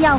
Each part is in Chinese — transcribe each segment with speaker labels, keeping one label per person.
Speaker 1: 要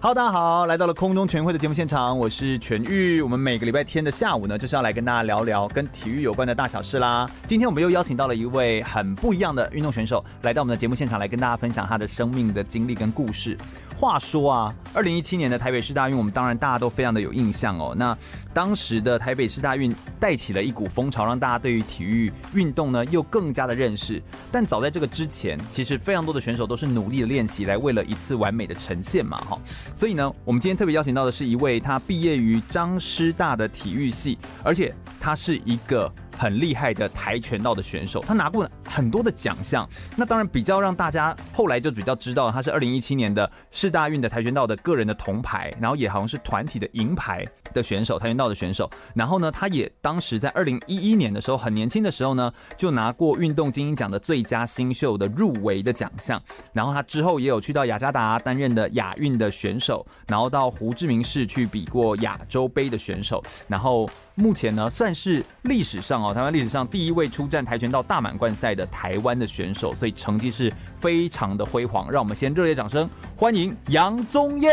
Speaker 2: Hello，大家好，来到了空中全运会的节目现场，我是全玉。我们每个礼拜天的下午呢，就是要来跟大家聊聊跟体育有关的大小事啦。今天我们又邀请到了一位很不一样的运动选手，来到我们的节目现场，来跟大家分享他的生命的经历跟故事。话说啊，二零一七年的台北市大运，我们当然大家都非常的有印象哦。那当时的台北市大运带起了一股风潮，让大家对于体育运动呢又更加的认识。但早在这个之前，其实非常多的选手都是努力的练习，来为了一次完美的呈现嘛，哈。所以呢，我们今天特别邀请到的是一位他毕业于张师大的体育系，而且他是一个很厉害的跆拳道的选手，他拿过很多的奖项。那当然比较让大家后来就比较知道，他是二零一七年的世大运的跆拳道的个人的铜牌，然后也好像是团体的银牌的选手，跆拳道的选手。然后呢，他也当时在二零一一年的时候，很年轻的时候呢，就拿过运动精英奖的最佳新秀的入围的奖项。然后他之后也有去到雅加达担任的亚运的选手，然后到胡志明市去比过亚洲杯的选手，然后目前呢算是历史上哦台湾历史上第一位出战跆拳道大满贯赛的台湾的选手，所以成绩是非常的辉煌。让我们先热烈掌声欢迎杨宗业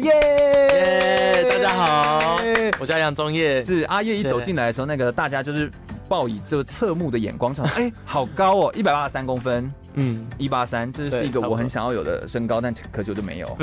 Speaker 2: 耶
Speaker 3: 耶大家好我叫杨宗业，
Speaker 2: 是阿叶一走进来的时候，那个大家就是报以这侧目的眼光，想哎、好高哦，一百八十三公分。
Speaker 3: 嗯，
Speaker 2: 一八三，这是
Speaker 3: 对
Speaker 2: 一个
Speaker 3: 差不
Speaker 2: 我
Speaker 3: 多
Speaker 2: 很想要有的身高，但可惜我就没有。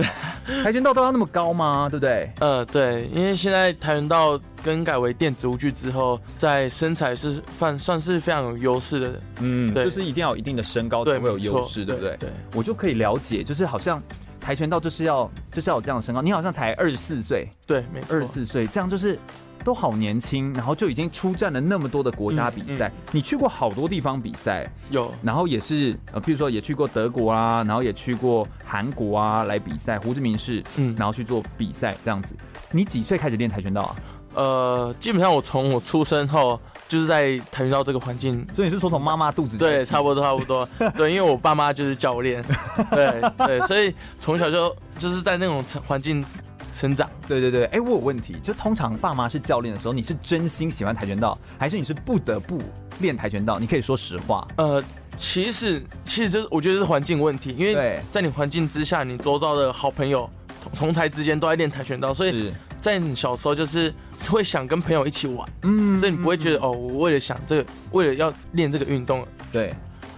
Speaker 2: 跆拳道都要那么高吗？对不对？
Speaker 3: 呃，对，因为现在跆拳道更改为电子武具之后，在身材是算算是非常有优势的，
Speaker 2: 嗯，
Speaker 3: 对
Speaker 2: 就是一定要有一定的身高才
Speaker 3: 对，
Speaker 2: 会哦有
Speaker 3: 没错
Speaker 2: 优势，对不对？
Speaker 3: 对，
Speaker 2: 我就可以了解，就是好像跆拳道就是要就是要有这样的身高。你好像才二十四岁，
Speaker 3: 对，没错
Speaker 2: 二十。四岁，这样就是都好年轻，然后就已经出战了那么多的国家比
Speaker 3: 嗯
Speaker 2: 赛。你去过好多地方比赛，
Speaker 3: 有，
Speaker 2: 然后也是呃，譬如说也去过德国啊，然后也去过韩国啊来比赛，胡志明市，
Speaker 3: 嗯
Speaker 2: 然后去做比赛这样子。你几岁开始练跆拳道啊？
Speaker 3: 呃，基本上我从我出生后就是在跆拳道这个环境，
Speaker 2: 所以你是说从妈妈肚子
Speaker 3: 对，差不多差 不多，对，因为我爸妈就是教练，对对，所以从小就就是在那种成环境成长。
Speaker 2: 对对对，哎、我有问题，就通常爸妈是教练的时候，你是真心喜欢跆拳道，还是你是不得不练跆拳道？你可以说实话。
Speaker 3: 呃，其实其实就是我觉得是环境问题，因
Speaker 2: 对
Speaker 3: 为在你环境之下，你周遭的好朋友同同台之间都在练跆拳道，所以
Speaker 2: 是，
Speaker 3: 在你小时候就是会想跟朋友一起玩，
Speaker 2: 嗯
Speaker 3: 所以你不会觉得哦，我为了想这个，为了要练这个运动，
Speaker 2: 对，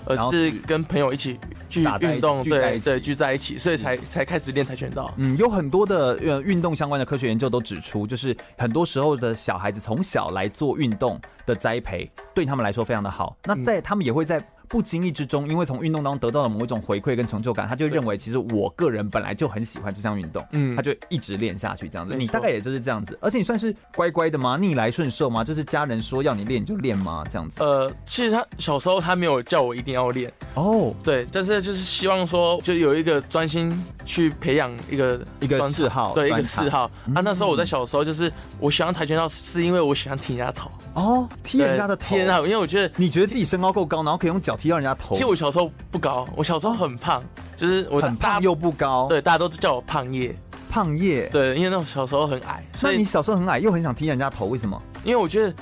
Speaker 3: 而
Speaker 2: 然后
Speaker 3: 是
Speaker 2: 去
Speaker 3: 跟朋友一起去
Speaker 2: 打在一起
Speaker 3: 运动，
Speaker 2: 聚在一
Speaker 3: 对
Speaker 2: 起
Speaker 3: 对，聚在一起，所以才才开始练跆拳道。
Speaker 2: 嗯，有很多的呃运动相关的科学研究都指出，就是很多时候的小孩子从小来做运动的栽培，对他们来说非常的好。那在他们也会在。不经意之中，因为从运动当中得到了某一种回馈跟成就感，他就会认为其实我个人本来就很喜欢这项运动，
Speaker 3: 嗯
Speaker 2: 他就一直练下去这样子。
Speaker 3: 没错
Speaker 2: 你大概也就是这样子，而且你算是乖乖的吗？逆来顺受吗？就是家人说要你练你就练吗？这样子。
Speaker 3: 呃，其实他小时候他没有叫我一定要练，
Speaker 2: 哦，
Speaker 3: 对，但是就是希望说，就有一个专心去培养一个
Speaker 2: 一个
Speaker 3: 专长
Speaker 2: 嗜好
Speaker 3: 对一
Speaker 2: 专
Speaker 3: 个
Speaker 2: 长嗯
Speaker 3: 嗜好。啊，那时候我在小时候，就是我喜欢跆拳道，是因为我喜欢踢人家头，
Speaker 2: 哦，踢人家的
Speaker 3: 对
Speaker 2: 头
Speaker 3: 踢，人家头，因为我觉得，
Speaker 2: 你觉得自己身高够高，然后可以用脚踢到人家头
Speaker 3: 其，实我小时候不高，我小时候很胖，就是我
Speaker 2: 很
Speaker 3: 大
Speaker 2: 胖又不高，
Speaker 3: 对，大家都叫我胖爷，
Speaker 2: 胖叶。
Speaker 3: 对，因为那种小时候很矮，
Speaker 2: 那
Speaker 3: 所以
Speaker 2: 你小时候很矮，又很想踢人家头，为什么？
Speaker 3: 因为我觉得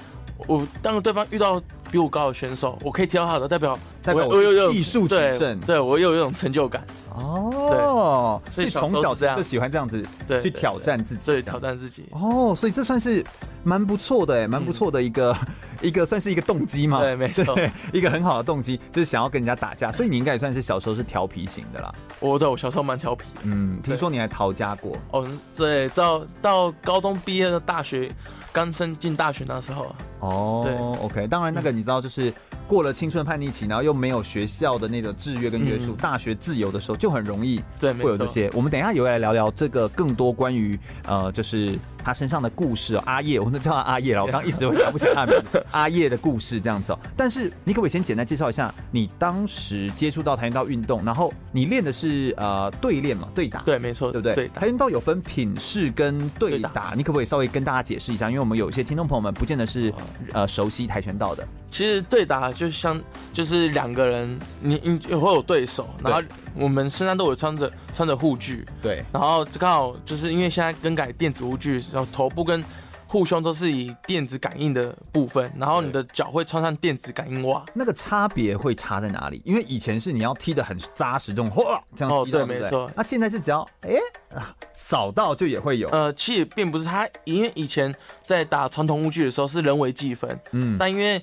Speaker 3: 我当对方遇到比我高的选手，我可以挑他的，代表
Speaker 2: 代表
Speaker 3: 我
Speaker 2: 我
Speaker 3: 我有有
Speaker 2: 技术取
Speaker 3: 对
Speaker 2: 胜
Speaker 3: 对我有有一种成就感，
Speaker 2: 哦，所
Speaker 3: 所以
Speaker 2: 以
Speaker 3: 小时候
Speaker 2: 从小
Speaker 3: 是这样
Speaker 2: 就喜欢这样子
Speaker 3: 对，
Speaker 2: 去
Speaker 3: 对
Speaker 2: 挑，战自己，
Speaker 3: 对对挑。战自己。
Speaker 2: 哦，所以这算是蛮不错的哎，蛮不错的一个 一个算是一个动机嘛，
Speaker 3: 对没错
Speaker 2: 对，一个很好的动机就是想要跟人家打架，所以你应该也算是小时候是调皮型的啦。
Speaker 3: 我对我小时候蛮调皮的。
Speaker 2: 嗯，听说你还逃家过，
Speaker 3: 哦，对，到到高中毕业的大学，刚升进大学那时候，
Speaker 2: 哦
Speaker 3: 对
Speaker 2: ，OK，当然那个你知道，就是过了青春叛逆期，然后又没有学校的那种制约跟约束，
Speaker 3: 嗯
Speaker 2: 大学自由的时候就很容易
Speaker 3: 对，没
Speaker 2: 会有这
Speaker 3: 错。
Speaker 2: 些。我们等一下也会来聊聊这个更多关于呃，就是他身上的故事、哦。阿叶，我们都叫他阿叶了，我刚刚一时会想不起来他的名字。阿叶的故事这样子哦。但是你可不可以先简单介绍一下你当时接触到跆拳道运动，然后你练的是呃对练嘛，对打。
Speaker 3: 对，没错，
Speaker 2: 对不对？
Speaker 3: 对，
Speaker 2: 跆拳道有分品势跟对打，
Speaker 3: 对打
Speaker 2: 你可不可以稍微跟大家解释一下？因为我们有一些听众朋友们不见得是、
Speaker 3: 哦
Speaker 2: 呃熟悉跆拳道的，
Speaker 3: 其实对打就像就是两个人，你你你会有对手，然后我们身上都有穿着穿着护具，
Speaker 2: 对
Speaker 3: 然后刚好就是因为现在更改电子护具，然后头部跟护胸都是以电子感应的部分，然后你的脚会穿上电子感应袜。
Speaker 2: 那个差别会差在哪里？因为以前是你要踢得很扎实，这种哗这样
Speaker 3: 哦
Speaker 2: 踢到，
Speaker 3: 对
Speaker 2: 不
Speaker 3: 没错
Speaker 2: 那现在是只要哎啊扫到就也会有，
Speaker 3: 呃，其实也并不是它，因为以前在打传统护具的时候是人为计分，
Speaker 2: 嗯，
Speaker 3: 但因为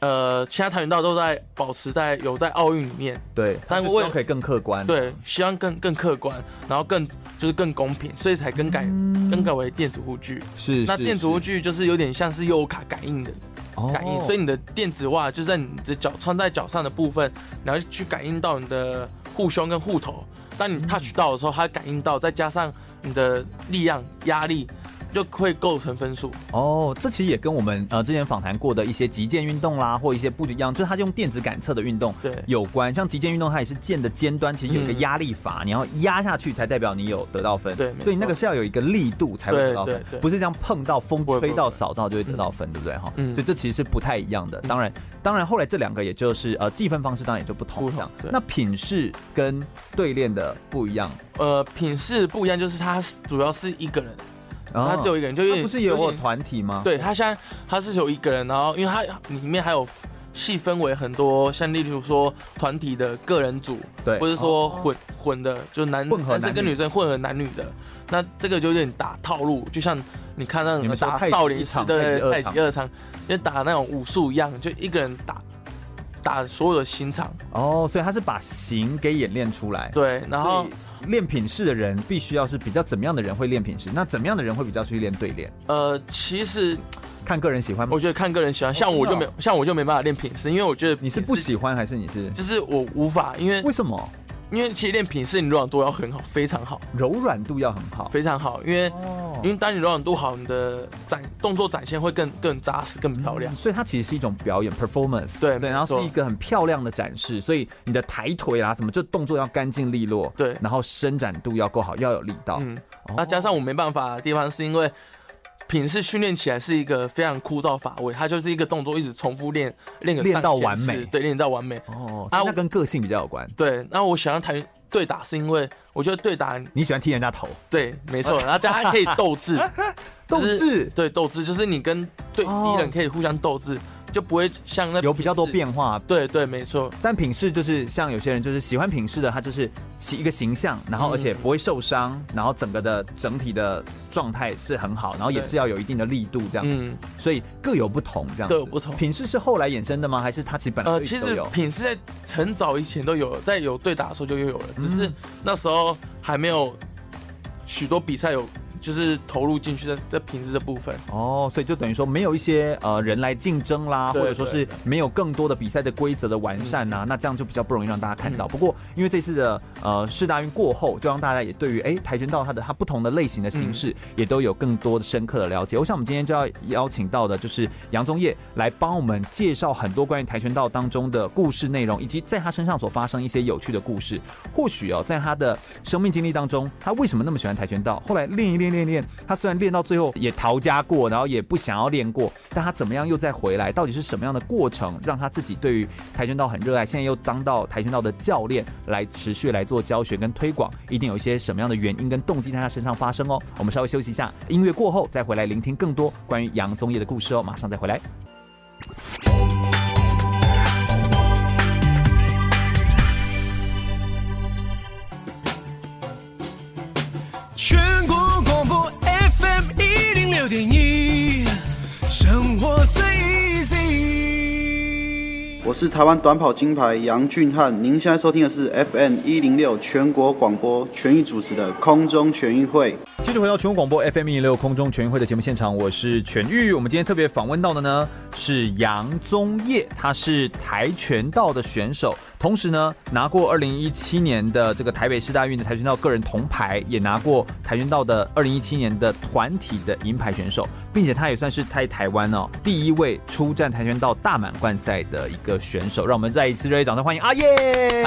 Speaker 3: 呃其他跆拳道都在保持在有在奥运里面，
Speaker 2: 对，
Speaker 3: 但
Speaker 2: 它
Speaker 3: 为
Speaker 2: 希望可以更客观，，
Speaker 3: 对，希望更更客观，然后更就是更公平，所以才更改、更改为电子护具。
Speaker 2: 嗯是哦
Speaker 3: 那电子
Speaker 2: 足
Speaker 3: 护具就是有点像是悠游卡感应的感应，所以你的电子袜就在你的脚穿在脚上的部分，然后去感应到你的护胸跟护头。当
Speaker 2: 嗯
Speaker 3: 你 touch 到的时候，它感应到，再加上你的力量压力，就会构成分数。
Speaker 2: 哦，这其实也跟我们呃之前访谈过的一些击剑运动啦，或一些不一样，就是它用电子感测的运动
Speaker 3: 对
Speaker 2: 有关。像击剑运动，它也是剑的尖端，其实有一个
Speaker 3: 嗯
Speaker 2: 压力阀，你要压下去才代表你有得到分。
Speaker 3: 对没
Speaker 2: 所以那
Speaker 3: 错
Speaker 2: 个是要有一个力度才会得
Speaker 3: 对
Speaker 2: 到分
Speaker 3: 对，对
Speaker 2: 不是这样碰到风
Speaker 3: 不会
Speaker 2: 吹
Speaker 3: 不会
Speaker 2: 到
Speaker 3: 不会
Speaker 2: 扫到就会得到分，对不对哈？
Speaker 3: 嗯
Speaker 2: 所以这其实是不太一样的。
Speaker 3: 嗯
Speaker 2: 当然，当然后来这两个也就是呃计分方式当然也就不同
Speaker 3: 不
Speaker 2: 这
Speaker 3: 同
Speaker 2: 样。
Speaker 3: 对
Speaker 2: 那品势跟对练的不一样，
Speaker 3: 呃，品势不一样，就是它主要是一个人，它只有一个人，就有
Speaker 2: 他哦
Speaker 3: 点
Speaker 2: 不是也有
Speaker 3: 点
Speaker 2: 团体吗？
Speaker 3: 对他现在他是有一个人，然后因为他里面还有细分为很多，像例如说团体的、个人组，
Speaker 2: 对，
Speaker 3: 或者说
Speaker 2: 哦
Speaker 3: 混混的，就是男
Speaker 2: 混合
Speaker 3: 男生跟
Speaker 2: 男女
Speaker 3: 女生混合男女的，那这个就有点打套路，就像你看那
Speaker 2: 你
Speaker 3: 种
Speaker 2: 们说
Speaker 3: 打
Speaker 2: 太极
Speaker 3: 少林
Speaker 2: 一
Speaker 3: 寺
Speaker 2: 场太
Speaker 3: 的
Speaker 2: 极二
Speaker 3: 太
Speaker 2: 场
Speaker 3: 极二场，就打那种武术一样，就一个人打打所有的刑场，
Speaker 2: 哦，所以他是把形给演练出来。
Speaker 3: 对，然后
Speaker 2: 所以练品势的人必须要是比较怎么样的人会练品势，那怎么样的人会比较去练对练？
Speaker 3: 呃，其实
Speaker 2: 嗯看个人喜欢吗
Speaker 3: 我？觉得看个人喜欢，像我就
Speaker 2: 真的
Speaker 3: 没
Speaker 2: 哦
Speaker 3: 像我就没办法练品势，因为我觉得
Speaker 2: 你是
Speaker 3: 品
Speaker 2: 不
Speaker 3: 势，
Speaker 2: 喜欢还是你是？
Speaker 3: 就是我无法，因为
Speaker 2: 为什么
Speaker 3: 因为其实练品势，你柔软度要很好，非常好，
Speaker 2: 柔软度要很好？
Speaker 3: 非常好。因为、
Speaker 2: 哦
Speaker 3: 因为当你柔软度好，你的展动作展现会更更扎实、更漂亮
Speaker 2: 嗯。所以它其实是一种表演 performance，
Speaker 3: 对
Speaker 2: 对，
Speaker 3: 没
Speaker 2: 然后
Speaker 3: 错
Speaker 2: 是一个很漂亮的展示，所以你的抬腿啊什么，就动作要干净利落，
Speaker 3: 对
Speaker 2: 然后伸展度要够好，要有力道，
Speaker 3: 嗯，
Speaker 2: 哦
Speaker 3: 那加上我没办法的地方，是因为品势训练起来是一个非常枯燥乏味，它就是一个动作一直重复练，练个
Speaker 2: 练
Speaker 3: 上
Speaker 2: 到
Speaker 3: 限
Speaker 2: 完
Speaker 3: 是
Speaker 2: 美
Speaker 3: 对，练到完美。
Speaker 2: 哦，
Speaker 3: 啊
Speaker 2: 所以那
Speaker 3: 我
Speaker 2: 跟个性比较有关。
Speaker 3: 对，那我想要谈对打，是因为我觉得对打
Speaker 2: 你喜欢踢人家头，
Speaker 3: 对没
Speaker 2: 哦
Speaker 3: 错，然后加上可以斗智，
Speaker 2: 斗
Speaker 3: 就是
Speaker 2: 志
Speaker 3: 对斗智就是你跟对
Speaker 2: 哦
Speaker 3: 敌人可以互相斗智，就不会像那
Speaker 2: 有比较多
Speaker 3: 品势。
Speaker 2: 变化，
Speaker 3: 对对，没错。
Speaker 2: 但品势就是像有些人就是喜欢品势的，他就是其一个形象，然后
Speaker 3: 嗯
Speaker 2: 而且不会受伤，然后整个的整体的状态是很好，然后也
Speaker 3: 对
Speaker 2: 是要有一定的力度这样，
Speaker 3: 嗯，
Speaker 2: 所以各有不同这样子。
Speaker 3: 各有不同
Speaker 2: 品势是后来衍生的吗？还是他其实本来
Speaker 3: 呃，
Speaker 2: 就
Speaker 3: 其
Speaker 2: 一直都
Speaker 3: 实
Speaker 2: 有？
Speaker 3: 品是在很早以前都有，在有对打的时候就又有了，只是
Speaker 2: 嗯
Speaker 3: 那时候还没有许多比赛有就是投入进去在在品质的部分。
Speaker 2: 哦，所以就等于说没有一些呃人来竞争啦，
Speaker 3: 对
Speaker 2: 或者说是没有更多的比赛的规则的完善啊呐、那这样就比较不容易让大家看到。
Speaker 3: 嗯
Speaker 2: 不过因为这次的呃世大运过后，就让大家也对于哎跆拳道它的它不同的类型的
Speaker 3: 嗯
Speaker 2: 形式、也都有更多的深刻的了解。我想我们今天就要邀请到的就是杨宗业来帮我们介绍很多关于跆拳道当中的故事内容，以及在他身上所发生一些有趣的故事。或许哦，在他的生命经历当中，他为什么那么喜欢跆拳道？后来练一练练一练，他虽然练到最后也逃家过，然后也不想要练过，但他怎么样又再回来？到底是什么样的过程让他自己对于跆拳道很热爱？现在又当到跆拳道的教练，来持续来做教学跟推广，一定有一些什么样的原因跟动机在他身上发生哦。我们稍微休息一下，音乐过后再回来聆听更多关于杨宗业的故事哦。马上再回来。
Speaker 4: 全国广播 FM 一零六点一，生活最 easy。
Speaker 5: 我是台湾短跑金牌杨俊翰。您现在收听的是 FM 一零六全国广播全域主持的空中全运会。
Speaker 2: 继续回到全国广播 FM 一六空中全运会的节目现场，我是全玉。我们今天特别访问到的呢是杨宗业，他是跆拳道的选手，同时呢拿过二零一七年的这个台北市大运的跆拳道个人铜牌，也拿过跆拳道的二零一七年的团体的银牌选手，并且他也算是在台湾哦第一位出战跆拳道大满贯赛的一个选手。让我们再一次热烈掌声欢迎阿叶！哎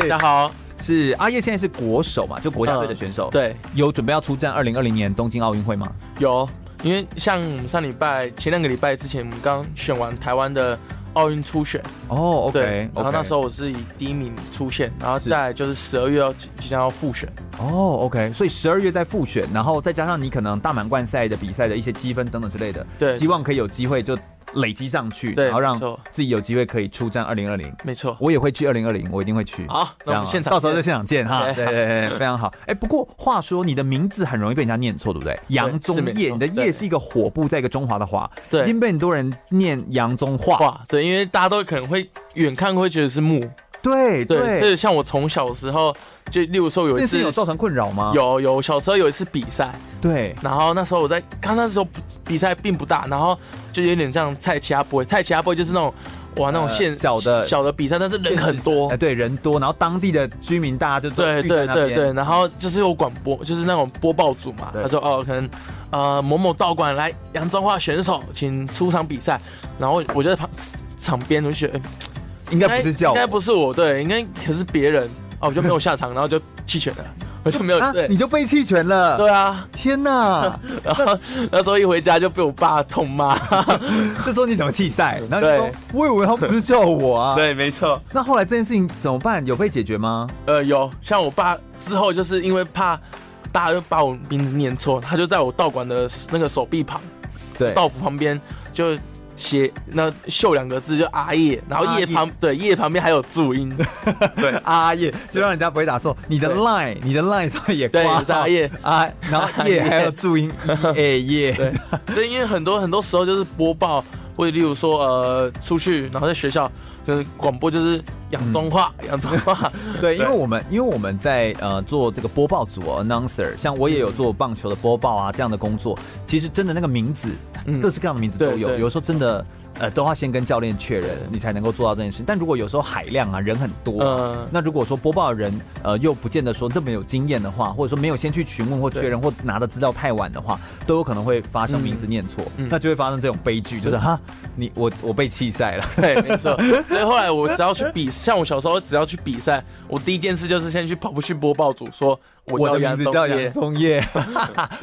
Speaker 3: 嗨，大家好，
Speaker 2: 是阿叶现在是国手嘛，就国家队的选手。
Speaker 3: 嗯对，
Speaker 2: 有准备要出战二零二零年东京奥运会吗？
Speaker 3: 有，因为像我们上礼拜前两个礼拜之前，我们刚选完台湾的奥运初选，
Speaker 2: 哦
Speaker 3: 对
Speaker 2: ，OK，
Speaker 3: 然后那时候我是以第一名出现，然后再来就是十二月要即即将要复选，
Speaker 2: 哦，OK，所以十二月在复选，然后再加上你可能大满贯赛的比赛的一些积分等等之类的，
Speaker 3: 对
Speaker 2: 希望可以有机会就累积上去，
Speaker 3: 对
Speaker 2: 然后让
Speaker 3: 没错
Speaker 2: 自己有机会可以出战二零二零。
Speaker 3: 没错。
Speaker 2: 我也会去二零二零，我一定会去。
Speaker 3: 好
Speaker 2: 这样
Speaker 3: 那我
Speaker 2: 啊
Speaker 3: 们现场
Speaker 2: 到时候
Speaker 3: 见
Speaker 2: 在现场见哈。
Speaker 3: 对
Speaker 2: 对对对，对非常好。哎，不过话说，你的名字很容易被人家念错，对不对？杨宗
Speaker 3: 是没
Speaker 2: 业，
Speaker 3: 错
Speaker 2: 你的业
Speaker 3: 对
Speaker 2: 是一个火部，在一个中华的华，
Speaker 3: 对
Speaker 2: 一定被很多人念杨宗化。
Speaker 3: 哇，对，因为大家都可能会远看会觉得是木，
Speaker 2: 对
Speaker 3: 对，所以像我从小时候就，例如说有
Speaker 2: 这
Speaker 3: 一
Speaker 2: 件事
Speaker 3: 次
Speaker 2: 情有造成困扰吗？，
Speaker 3: 有有小时候有一次比赛，
Speaker 2: 对，
Speaker 3: 然后那时候我在，他那时候比赛并不大，然后就有点像蔡奇阿波，蔡奇阿波就是那种哇那种
Speaker 2: 呃
Speaker 3: 现、
Speaker 2: 小的
Speaker 3: 小的比赛，但是人很 多
Speaker 2: 哎，，对，人多，然后当地的居民大家就都
Speaker 3: 对
Speaker 2: 聚在
Speaker 3: 对
Speaker 2: 那
Speaker 3: 对
Speaker 2: 边
Speaker 3: 对，然后就是有广播，就是那种播报组嘛，
Speaker 2: 对
Speaker 3: 他说哦可能呃某某道馆来杨中华选手请出场比赛，然后我就在旁场边我就觉得哎
Speaker 2: 应该不是叫
Speaker 3: 应
Speaker 2: 我，
Speaker 3: 该不是我，对，应该可是别人哦，我就没有下场，然后就弃权了，我就没有
Speaker 2: 啊，
Speaker 3: 对
Speaker 2: 你就被弃权了。
Speaker 3: 对啊，
Speaker 2: 天 哪！
Speaker 3: 然后那时候一回家就被我爸痛骂，
Speaker 2: 就说你怎么弃赛？然后你说
Speaker 3: 对
Speaker 2: 我以为他不是叫我啊。。
Speaker 3: 对，没错。
Speaker 2: 那后来这件事情怎么办？有被解决吗？
Speaker 3: 呃，有，像我爸之后就是因为怕大家就把我名字念错，他就在我道馆的那个手臂旁，
Speaker 2: 对，
Speaker 3: 道服旁边就写那绣两个字，就阿叶，然后
Speaker 2: 阿叶
Speaker 3: 叶旁对叶旁边还有注音，
Speaker 2: 阿叶就让人家不会打错。你的
Speaker 3: 对
Speaker 2: line，你的 line 上面也
Speaker 3: 对
Speaker 2: 挂
Speaker 3: 是阿叶
Speaker 2: 啊，然后叶还有注 音哎叶，
Speaker 3: 对，所以因为很多很多时候就是播报，或者例如说呃出去，然后在学校就是广播就是
Speaker 2: 嗯
Speaker 3: 养中话，养中 话，
Speaker 2: 对，因为我们因为我们在呃做这个播报组哦 announcer，像我也有做棒球的播报啊这样的工作。其实真的那个名字，
Speaker 3: 嗯
Speaker 2: 各式各样的名字都
Speaker 3: 对
Speaker 2: 有，
Speaker 3: 对
Speaker 2: 有时候真的。呃，都要先跟教练确认，你才能够做到这件事。但如果有时候海量啊，人很多啊、
Speaker 3: 嗯
Speaker 2: 那如果说播报的人呃又不见得说这么有经验的话，或者说没有先去询问或确认，或拿的资料太晚的话，都有可能会发生名字念错，
Speaker 3: 嗯嗯
Speaker 2: 那就会发生这种悲剧，就是哈，你我我被弃赛了。
Speaker 3: 对，没错。所以后来我只要去比，像我小时候只要去比赛，我第一件事就是先去跑步去播报组说，
Speaker 2: 我
Speaker 3: 叫
Speaker 2: 的
Speaker 3: 杨
Speaker 2: 名字
Speaker 3: 宗
Speaker 2: 叫杨
Speaker 3: 业。
Speaker 2: 宗业，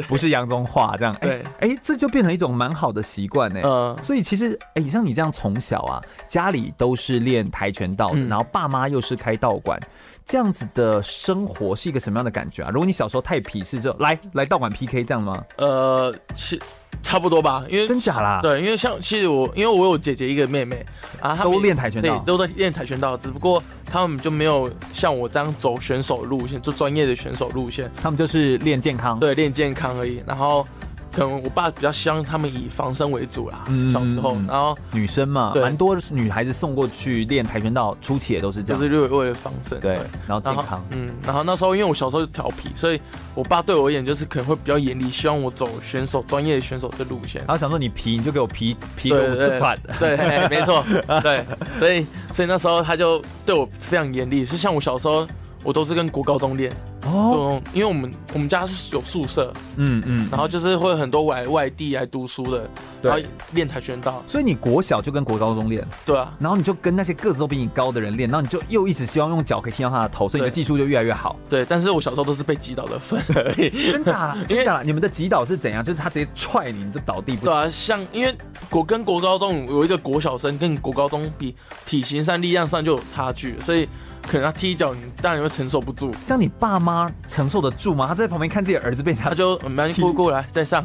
Speaker 2: 不是杨宗化这样。哎、
Speaker 3: 对
Speaker 2: 哎、这就变成一种蛮好的习惯呢。
Speaker 3: 嗯
Speaker 2: 所以其实哎、像你这样从小啊，家里都是练跆拳道的，
Speaker 3: 嗯
Speaker 2: 然后爸妈又是开道馆，这样子的生活是一个什么样的感觉啊？如果你小时候太皮是就来来道馆 PK 这样吗？
Speaker 3: 呃，其差不多吧，因为
Speaker 2: 真假啦？，
Speaker 3: 对，因为像其实我，因为我有姐姐一个妹妹啊，她们
Speaker 2: 都练跆拳道
Speaker 3: 对，都在练跆拳道，只不过他们就没有像我这样走选手路线，就专业的选手路线，
Speaker 2: 他们就是练健康。
Speaker 3: 对，练健康而已。然后可能我爸比较希望他们以防身为主啦，
Speaker 2: 嗯
Speaker 3: 小时候
Speaker 2: 嗯嗯，
Speaker 3: 然后
Speaker 2: 女生嘛，
Speaker 3: 对
Speaker 2: 蛮多女孩子送过去练跆拳道，初期也都是这
Speaker 3: 就
Speaker 2: 样。
Speaker 3: 是为为了防身，
Speaker 2: 对，然后健
Speaker 3: 然后
Speaker 2: 康，
Speaker 3: 嗯，然后那时候因为我小时候就调皮，所以我爸对我而言就是可能会比较严厉，希望我走选手专业的选手的路线
Speaker 2: 然。后想说你皮你就给我皮皮给
Speaker 3: 对
Speaker 2: 我
Speaker 3: 对
Speaker 2: 这
Speaker 3: 对
Speaker 2: 款，
Speaker 3: 对，嘿没错，对，所以所以那时候他就对我非常严厉，就像我小时候，我都是跟国高中练，
Speaker 2: 哦，
Speaker 3: 就因为我们我们家是有宿舍，
Speaker 2: 嗯嗯，
Speaker 3: 然后就是会有很多外外地来读书的，
Speaker 2: 对
Speaker 3: 然后练跆拳道，
Speaker 2: 所以你国小就跟国高中练，
Speaker 3: 对啊，
Speaker 2: 然后你就跟那些个子都比你高的人练，然后你就又一直希望用脚可以踢到他的头，所以你的
Speaker 3: 对
Speaker 2: 技术就越来越 好。
Speaker 3: 对，但是我小时候都是被击倒的份而已，
Speaker 2: 真的、啊，
Speaker 3: 因
Speaker 2: 真
Speaker 3: 为
Speaker 2: 的、啊，你们的击倒是怎样？就是他直接踹你，你就倒地不
Speaker 3: 对啊，像因为国跟国高中有一个国小生跟国高中比，体型上、力量上就有差距，所以可能他踢一脚，你当然会承受不住。
Speaker 2: 这样你爸妈承受得住吗？他在旁边看自己的儿子被他
Speaker 3: 他，就嗯没关系，过过来再上，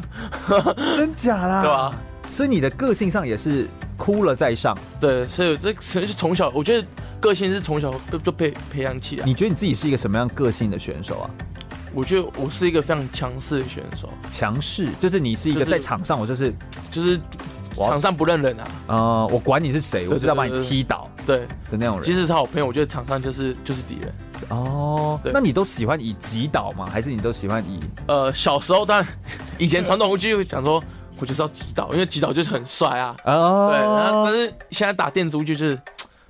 Speaker 2: 真假啦？
Speaker 3: 对吧？
Speaker 2: 所以你的个性上也是哭了再上。
Speaker 3: 对，所以这其实是从小，我觉得个性是从小就就培培养起来。
Speaker 2: 你觉得你自己是一个什么样个性的选手啊？
Speaker 3: 我觉得我是一个非常强势的选手，
Speaker 2: 强势，就是你是一个
Speaker 3: 就是
Speaker 2: 在场上我就是
Speaker 3: 就是
Speaker 2: 哇哦
Speaker 3: 场上不认人啊，
Speaker 2: 呃，我管你是谁，我
Speaker 3: 对
Speaker 2: 就是要
Speaker 3: 对
Speaker 2: 把你
Speaker 3: 对
Speaker 2: 踢倒
Speaker 3: 对，
Speaker 2: 的那种人。
Speaker 3: 即使是好朋友，我觉得场上就是就是敌人。
Speaker 2: 哦，
Speaker 3: 对
Speaker 2: 那你都喜欢以击倒吗？还是你都喜欢以
Speaker 3: 呃，小时候当然以前传统武器会想说，我就是要击倒，因为击倒就是很帅啊。对，然
Speaker 2: 哦
Speaker 3: 后但，是现在打电子武器就是，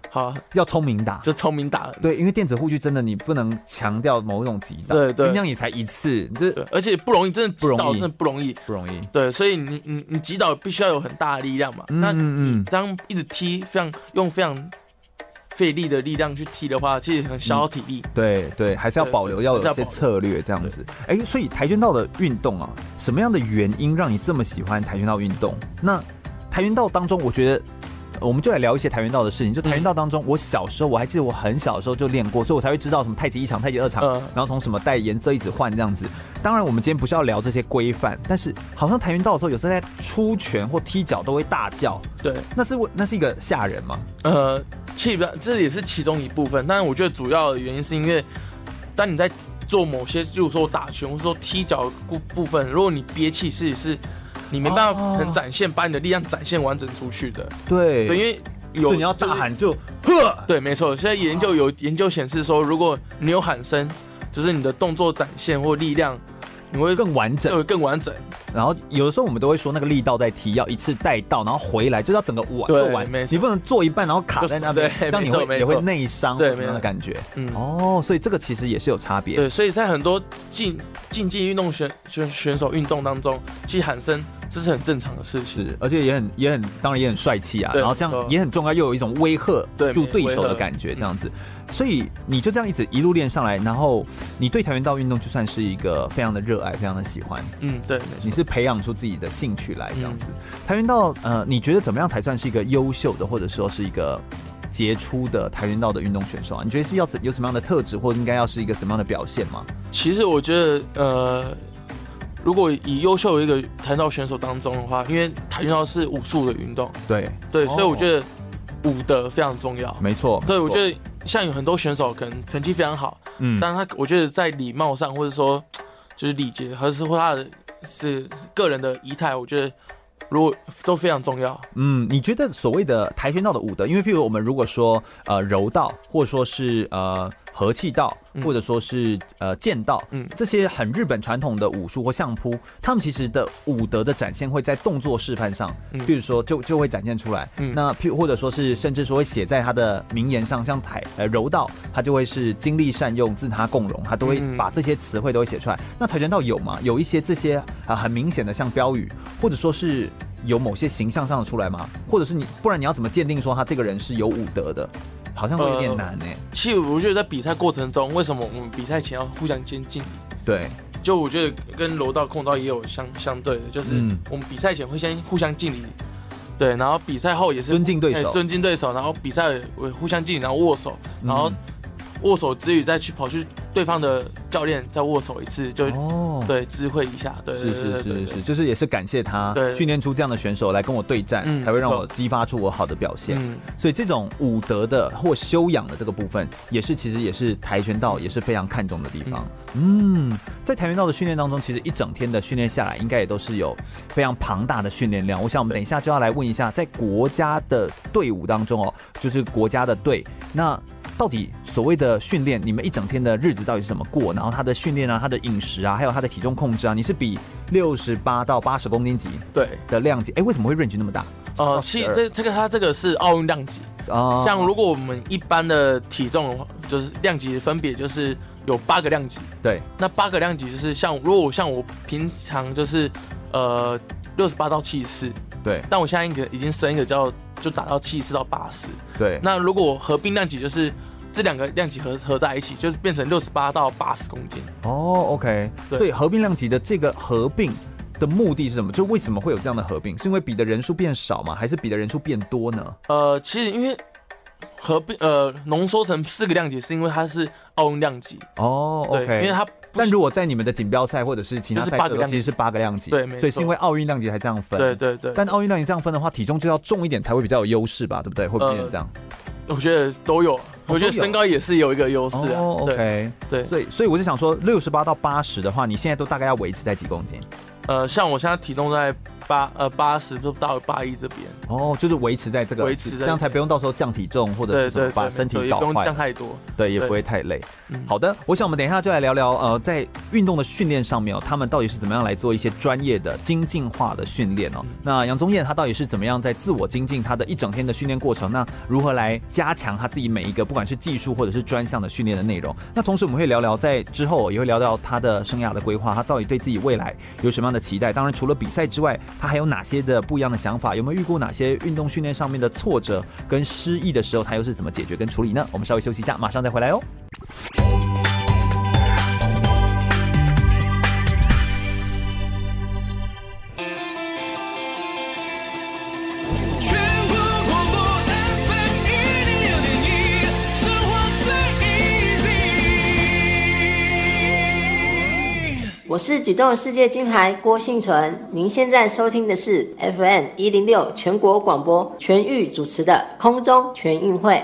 Speaker 3: 好啊
Speaker 2: 要聪明打。
Speaker 3: 就聪明打。
Speaker 2: 对，因为电子护具真的你不能强调某一种击倒，
Speaker 3: 对对
Speaker 2: 酝酿你才一次，这
Speaker 3: 对，而且不容易，真的击
Speaker 2: 不容
Speaker 3: 倒
Speaker 2: 易
Speaker 3: 真的不容易。
Speaker 2: 不容易。
Speaker 3: 对，所以你你你击倒必须要有很大的力量嘛。那
Speaker 2: 嗯嗯嗯
Speaker 3: 你这样一直踢，非常用非常费力的力量去踢的话，其实很消耗体力。
Speaker 2: 对对，还是要
Speaker 3: 对
Speaker 2: 保留，
Speaker 3: 对
Speaker 2: 要
Speaker 3: 还是
Speaker 2: 有一
Speaker 3: 要
Speaker 2: 些
Speaker 3: 保留
Speaker 2: 策略这样子。哎，所以跆拳道的运动啊，什么样的原因让你这么喜欢跆拳道运动？那跆拳道当中，我觉得。呃我们就来聊一些跆拳道的事
Speaker 3: 嗯
Speaker 2: 情。就跆拳道当中，我小时候我还记得我很小的时候就练过，所以我才会知道什么太极一场、太极二场，
Speaker 3: 嗯
Speaker 2: 然后从什么带颜色一直换这样子。当然，我们今天不是要聊这些规范，但是好像跆拳道的时候，有时候在出拳或踢脚都会大叫，
Speaker 3: 对，
Speaker 2: 那是为那是一个吓人嘛？
Speaker 3: 呃，气不，这也是其中一部分。但是我觉得主要的原因是因为，当你在做某些，例如说打拳或者说踢脚部部分，如果你憋气，是是，你没办法很展现，把你的力量展现完整出去的。
Speaker 2: 对
Speaker 3: 对，因
Speaker 2: 为
Speaker 3: 为有
Speaker 2: 你要大
Speaker 3: 就是
Speaker 2: 喊就呵，
Speaker 3: 哦对，没错。现在研究有研究显示说，如果你有喊声，就是你的动作展现或力量，你会
Speaker 2: 更完整。
Speaker 3: 会更完整。
Speaker 2: 然后有的时候我们都会说那个力道在踢，要一次带到，然后回来就是要整个完
Speaker 3: 对
Speaker 2: 做完
Speaker 3: 没，错
Speaker 2: 你不能做一半然后卡在那边，
Speaker 3: 就是
Speaker 2: 这
Speaker 3: 对
Speaker 2: 样你
Speaker 3: 没错
Speaker 2: 会
Speaker 3: 没
Speaker 2: 也
Speaker 3: 错
Speaker 2: 会内伤
Speaker 3: 对
Speaker 2: 或什么样的
Speaker 3: 没错
Speaker 2: 感觉。
Speaker 3: 嗯，
Speaker 2: 哦，所以这个其实也是有差别。
Speaker 3: 对，所以在很多竞竞技运动选选选手运动当中，其实喊声这是很正常的事情。
Speaker 2: 是，而且也很也很，当然也很帅气啊。
Speaker 3: 对
Speaker 2: 然后这
Speaker 3: 没
Speaker 2: 样
Speaker 3: 错
Speaker 2: 也很重要，又有一种威吓
Speaker 3: 对
Speaker 2: 住
Speaker 3: 没嗯
Speaker 2: 对手
Speaker 3: 威
Speaker 2: 的
Speaker 3: 吓
Speaker 2: 感觉，这样子。所以你就这样一直一路练上来，然后你对跆拳道运动就算是一个非常的热爱，非常的喜欢。
Speaker 3: 嗯，对，没
Speaker 2: 你
Speaker 3: 错。
Speaker 2: 是培养出自己的兴趣来这样子。
Speaker 3: 嗯
Speaker 2: 跆拳道，呃，你觉得怎么样才算是一个优秀的，或者说是一个嘖杰出的跆拳道的运动选手啊？你觉得是要怎有什么样的特质，或者应该要是一个什么样的表现吗？
Speaker 3: 其实我觉得，呃，如果以优秀的一个跆拳道选手当中的话，因为跆拳道是武术的运动，
Speaker 2: 对，
Speaker 3: 对，
Speaker 2: 哦
Speaker 3: 所以我觉得武德非常重要。
Speaker 2: 没错。
Speaker 3: 对，我觉
Speaker 2: 得，
Speaker 3: 得像有很多选手可能成绩非常好，
Speaker 2: 哦嗯
Speaker 3: 但他我觉得在礼貌上，或者说就是礼节，还是或他的是个人的仪态，我觉得如果都非常重要。
Speaker 2: 嗯，你觉得所谓的跆拳道的武德，因为譬如我们如果说呃柔道，或者说是呃和气道，
Speaker 3: 嗯
Speaker 2: 或者说是呃剑道，嗯
Speaker 3: 嗯，
Speaker 2: 这些很日本传统的武术或相扑，他们其实的武德的展现会在动作示范上，
Speaker 3: 嗯
Speaker 2: 譬如说就就会展现出来。
Speaker 3: 嗯
Speaker 2: 那譬如或者说是甚至说会写在他的名言上，像台呃柔道，他就会是精力善用，自他共荣，他都会
Speaker 3: 嗯
Speaker 2: 把这些词汇都会写出来。那跆拳道有吗？有一些这些啊、很明显的像标语，或者说是。有某些形象上的出来吗？或者是你，不然你要怎么鉴定说他这个人是有武德的？好像会有点
Speaker 3: 呃
Speaker 2: 难呢、欸
Speaker 3: 其实我觉得在比赛过程中，为什么我们比赛前要互相监禁？
Speaker 2: 对，
Speaker 3: 就我觉得跟柔道、空道也有相相对的，就是
Speaker 2: 嗯
Speaker 3: 我们比赛前会先互相敬礼，对，然后比赛后也是
Speaker 2: 尊敬对
Speaker 3: 哎
Speaker 2: 手。
Speaker 3: 尊敬对手，然后比赛会互相敬礼，然后握手，然后
Speaker 2: 嗯
Speaker 3: 握手之余再去跑去对方的教练再握手一次，就
Speaker 2: 哦，
Speaker 3: 对，知会一下，对，
Speaker 2: 是
Speaker 3: 对
Speaker 2: 是是，
Speaker 3: 对对
Speaker 2: 是，就是也是感谢他
Speaker 3: 对
Speaker 2: 训练出这样的选手来跟我对战，
Speaker 3: 嗯
Speaker 2: 才会让
Speaker 3: 没错
Speaker 2: 我激发出我好的表
Speaker 3: 对
Speaker 2: 现。
Speaker 3: 嗯，
Speaker 2: 所以这种武德的或修养的这个部分，也是其实也是跆拳道也是非常看重的地方。嗯，在跆拳道的训练当中，其实一整天的训练下来，应该也都是有非常庞大的训练量。我想我们等一下就要来问一下，在国家的队伍当中哦，就是国家的队，那到底所谓的训练，你们一整天的日子到底是怎么过？然后他的训练啊，他的饮食啊，还有他的体重控制啊，你是比六十八到八十公斤级
Speaker 3: 对，
Speaker 2: 的量级，哎，为什么会 range 那么大？
Speaker 3: 呃，其实这这个它这个是奥运量级，
Speaker 2: 啊
Speaker 3: 像如果我们一般的体重的话，就是量级的分别就是有八个量级，
Speaker 2: 对，
Speaker 3: 那八个量级就是像如果我像我平常就是呃六十八到七十四，
Speaker 2: 对
Speaker 3: 但我现在一个已经升一个叫就打到七十四到八十，
Speaker 2: 对，
Speaker 3: 那如果我合并量级就是这两个量级合合在一起，就是变成六十八到八十公斤。
Speaker 2: 哦，OK，
Speaker 3: 对
Speaker 2: 所以合并量级的这个合并的目的是什么？就为什么会有这样的合并？是因为比的人数变少吗？还是比的人数变多呢？
Speaker 3: 呃，其实因为合并呃浓缩成四个量级，是因为它是奥运量级，
Speaker 2: 哦
Speaker 3: 对，因为
Speaker 2: ，OK。
Speaker 3: 它不
Speaker 2: 但如果在你们的锦标赛或者是其他
Speaker 3: 就是
Speaker 2: 赛
Speaker 3: 八
Speaker 2: 事
Speaker 3: 个
Speaker 2: 的时候，
Speaker 3: 量
Speaker 2: 其实是八个量级，
Speaker 3: 对没
Speaker 2: 所以是
Speaker 3: 错
Speaker 2: 因为奥运量级才这样分，
Speaker 3: 对。对对，
Speaker 2: 但奥运量级这样分的话，体重就要重一点才会比较有优势吧，对不对？会不会变成这样？
Speaker 3: 我觉得都有，我觉得
Speaker 2: 都有
Speaker 3: 身高也是有一个优势啊。
Speaker 2: 哦
Speaker 3: 对
Speaker 2: ，OK。
Speaker 3: 对，
Speaker 2: 所以，所以我就想说，六十八到八十的话，你现在都大概要维持在几公斤？
Speaker 3: 呃，像我现在体重在八呃八十都到八一这边，
Speaker 2: 哦，就是维持在这个，
Speaker 3: 维持在
Speaker 2: 这样才不用到时候降体重或者
Speaker 3: 对
Speaker 2: 是什么
Speaker 3: 对
Speaker 2: 把
Speaker 3: 对，
Speaker 2: 身
Speaker 3: 没错
Speaker 2: 体
Speaker 3: 也
Speaker 2: 搞
Speaker 3: 不用
Speaker 2: 坏
Speaker 3: 降
Speaker 2: 了，
Speaker 3: 太多。
Speaker 2: 对，也
Speaker 3: 对
Speaker 2: 不会太累。
Speaker 3: 嗯
Speaker 2: 好的，我想我们等一下就来聊聊，呃，在运动的训练上面哦，他们到底是怎么样来做一些专业的精进化的训练
Speaker 3: 嗯
Speaker 2: 哦？那杨宗燕她到底是怎么样在自我精进她的一整天的训练过程？那如何来加强她自己每一个不管是技术或者是专项的训练的内容？那同时我们会聊聊在之后也会聊到她的生涯的规划，她到底对自己未来有什么样的期待？当然除了比赛之外，她还有哪些的不一样的想法？有没有遇过哪些运动训练上面的挫折跟失意的时候，她又是怎么解决跟处理呢？我们稍微休息一下，马上再回来哦。
Speaker 4: 全国广播 FM 一零六点一，生活最 easy。
Speaker 6: 我是举重世界金牌郭幸存，您现在收听的是 FM 一零六全国广播全域主持的空中全运会。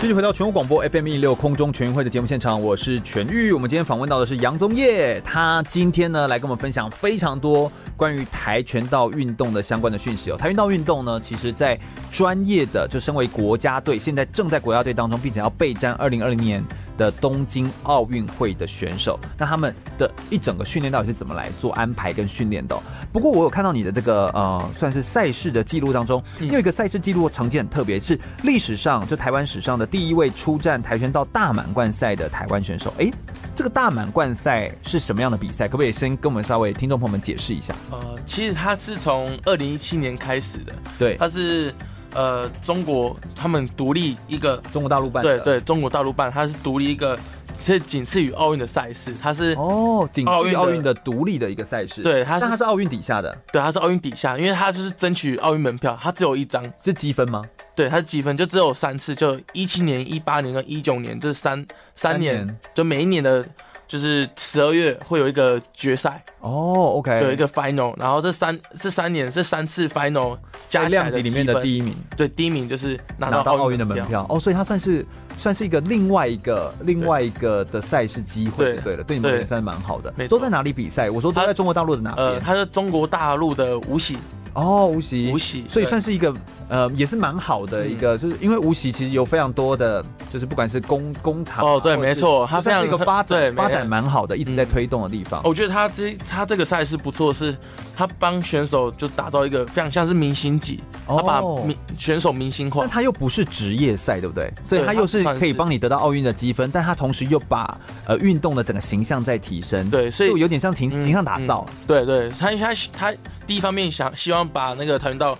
Speaker 2: 继续回到全国广播 FM 一六空中全运会的节目现场，我是全玉。我们今天访问到的是杨宗业，他今天呢来跟我们分享非常多关于跆拳道运动的相关的讯息哦。跆拳道运动呢，其实在专业的就身为国家队，现在正在国家队当中，并且要备战二零二零年的东京奥运会的选手，那他们的一整个训练到底是怎么来做安排跟训练的哦、不过我有看到你的这个呃，算是赛事的记录当中，
Speaker 3: 嗯
Speaker 2: 你有一个赛事记录成绩很特别，是历史上就台湾史上的第一位出战跆拳道大满贯赛的台湾选手。诶，这个大满贯赛是什么样的比赛？可不可以先跟我们稍微听众朋友们解释一下？
Speaker 3: 呃，其实它是从二零一七年开始的，
Speaker 2: 对，
Speaker 3: 它是呃中国他们独立一个
Speaker 2: 中国大陆办
Speaker 3: 对
Speaker 2: 的，
Speaker 3: 对中国大陆办，它是独立一个是仅次于奥运的赛事，它是、
Speaker 2: 哦，仅
Speaker 3: 奥
Speaker 2: 次
Speaker 3: 运
Speaker 2: 于
Speaker 3: 的
Speaker 2: 奥运的独立的一个赛事，
Speaker 3: 对它是
Speaker 2: 但它是奥运底下的，
Speaker 3: 对它是奥运底下，因为它就是争取奥运门票，它只有一张，
Speaker 2: 是积分吗？
Speaker 3: 对，它是积分就只有三次，就一七年、一八年跟一九年这三三年，就每一年的。就是十二月会有一个决赛，
Speaker 2: 哦，OK，
Speaker 3: 有一个 final，然后这三这三年这三次 final 加
Speaker 2: 在
Speaker 3: 起来
Speaker 2: 量
Speaker 3: 的
Speaker 2: 级里
Speaker 3: 积
Speaker 2: 面的
Speaker 3: 分
Speaker 2: 第一名。
Speaker 3: 对，第一名就是拿
Speaker 2: 拿
Speaker 3: 到
Speaker 2: 到奥
Speaker 3: 奥
Speaker 2: 运的门
Speaker 3: 票。
Speaker 2: 票哦，所以它算是算是一个另外一个另外一个的赛事机会，
Speaker 3: 对
Speaker 2: 就对了，对你们
Speaker 3: 对
Speaker 2: 也算蛮好的
Speaker 3: 没。
Speaker 2: 都
Speaker 3: 错
Speaker 2: 在哪里比赛？我说都
Speaker 3: 它
Speaker 2: 在中国大陆的哪
Speaker 3: 呃，
Speaker 2: 边？
Speaker 3: 他是中国大陆的无锡，
Speaker 2: 哦，无锡，
Speaker 3: 无锡
Speaker 2: 所以
Speaker 3: 对嗯
Speaker 2: 算是一个呃，也是蛮好的一个，就是因为无锡其实有非常多的，就是不管是工工厂啊
Speaker 3: 哦对
Speaker 2: 或者是
Speaker 3: 没错它
Speaker 2: 就算是一
Speaker 3: 非常
Speaker 2: 个发
Speaker 3: 对
Speaker 2: 展
Speaker 3: 没
Speaker 2: 发展蛮好的，一直在推动的地方
Speaker 3: 哦。我觉得他这他这个赛事不错，是他帮选手就打造一个非常像是明星级，他把
Speaker 2: 哦
Speaker 3: 明选手明星化
Speaker 2: 但。它又不是职业赛，对不对？所以
Speaker 3: 对
Speaker 2: 它
Speaker 3: 它
Speaker 2: 又是
Speaker 3: 算是
Speaker 2: 可以帮你得到奥运的积分，但它同时又把呃运动的整个形象在提升，
Speaker 3: 对所以
Speaker 2: 就有点像形
Speaker 3: 嗯
Speaker 2: 形象打造。
Speaker 3: 嗯对对，他他他第一方面想希望把那个跆拳道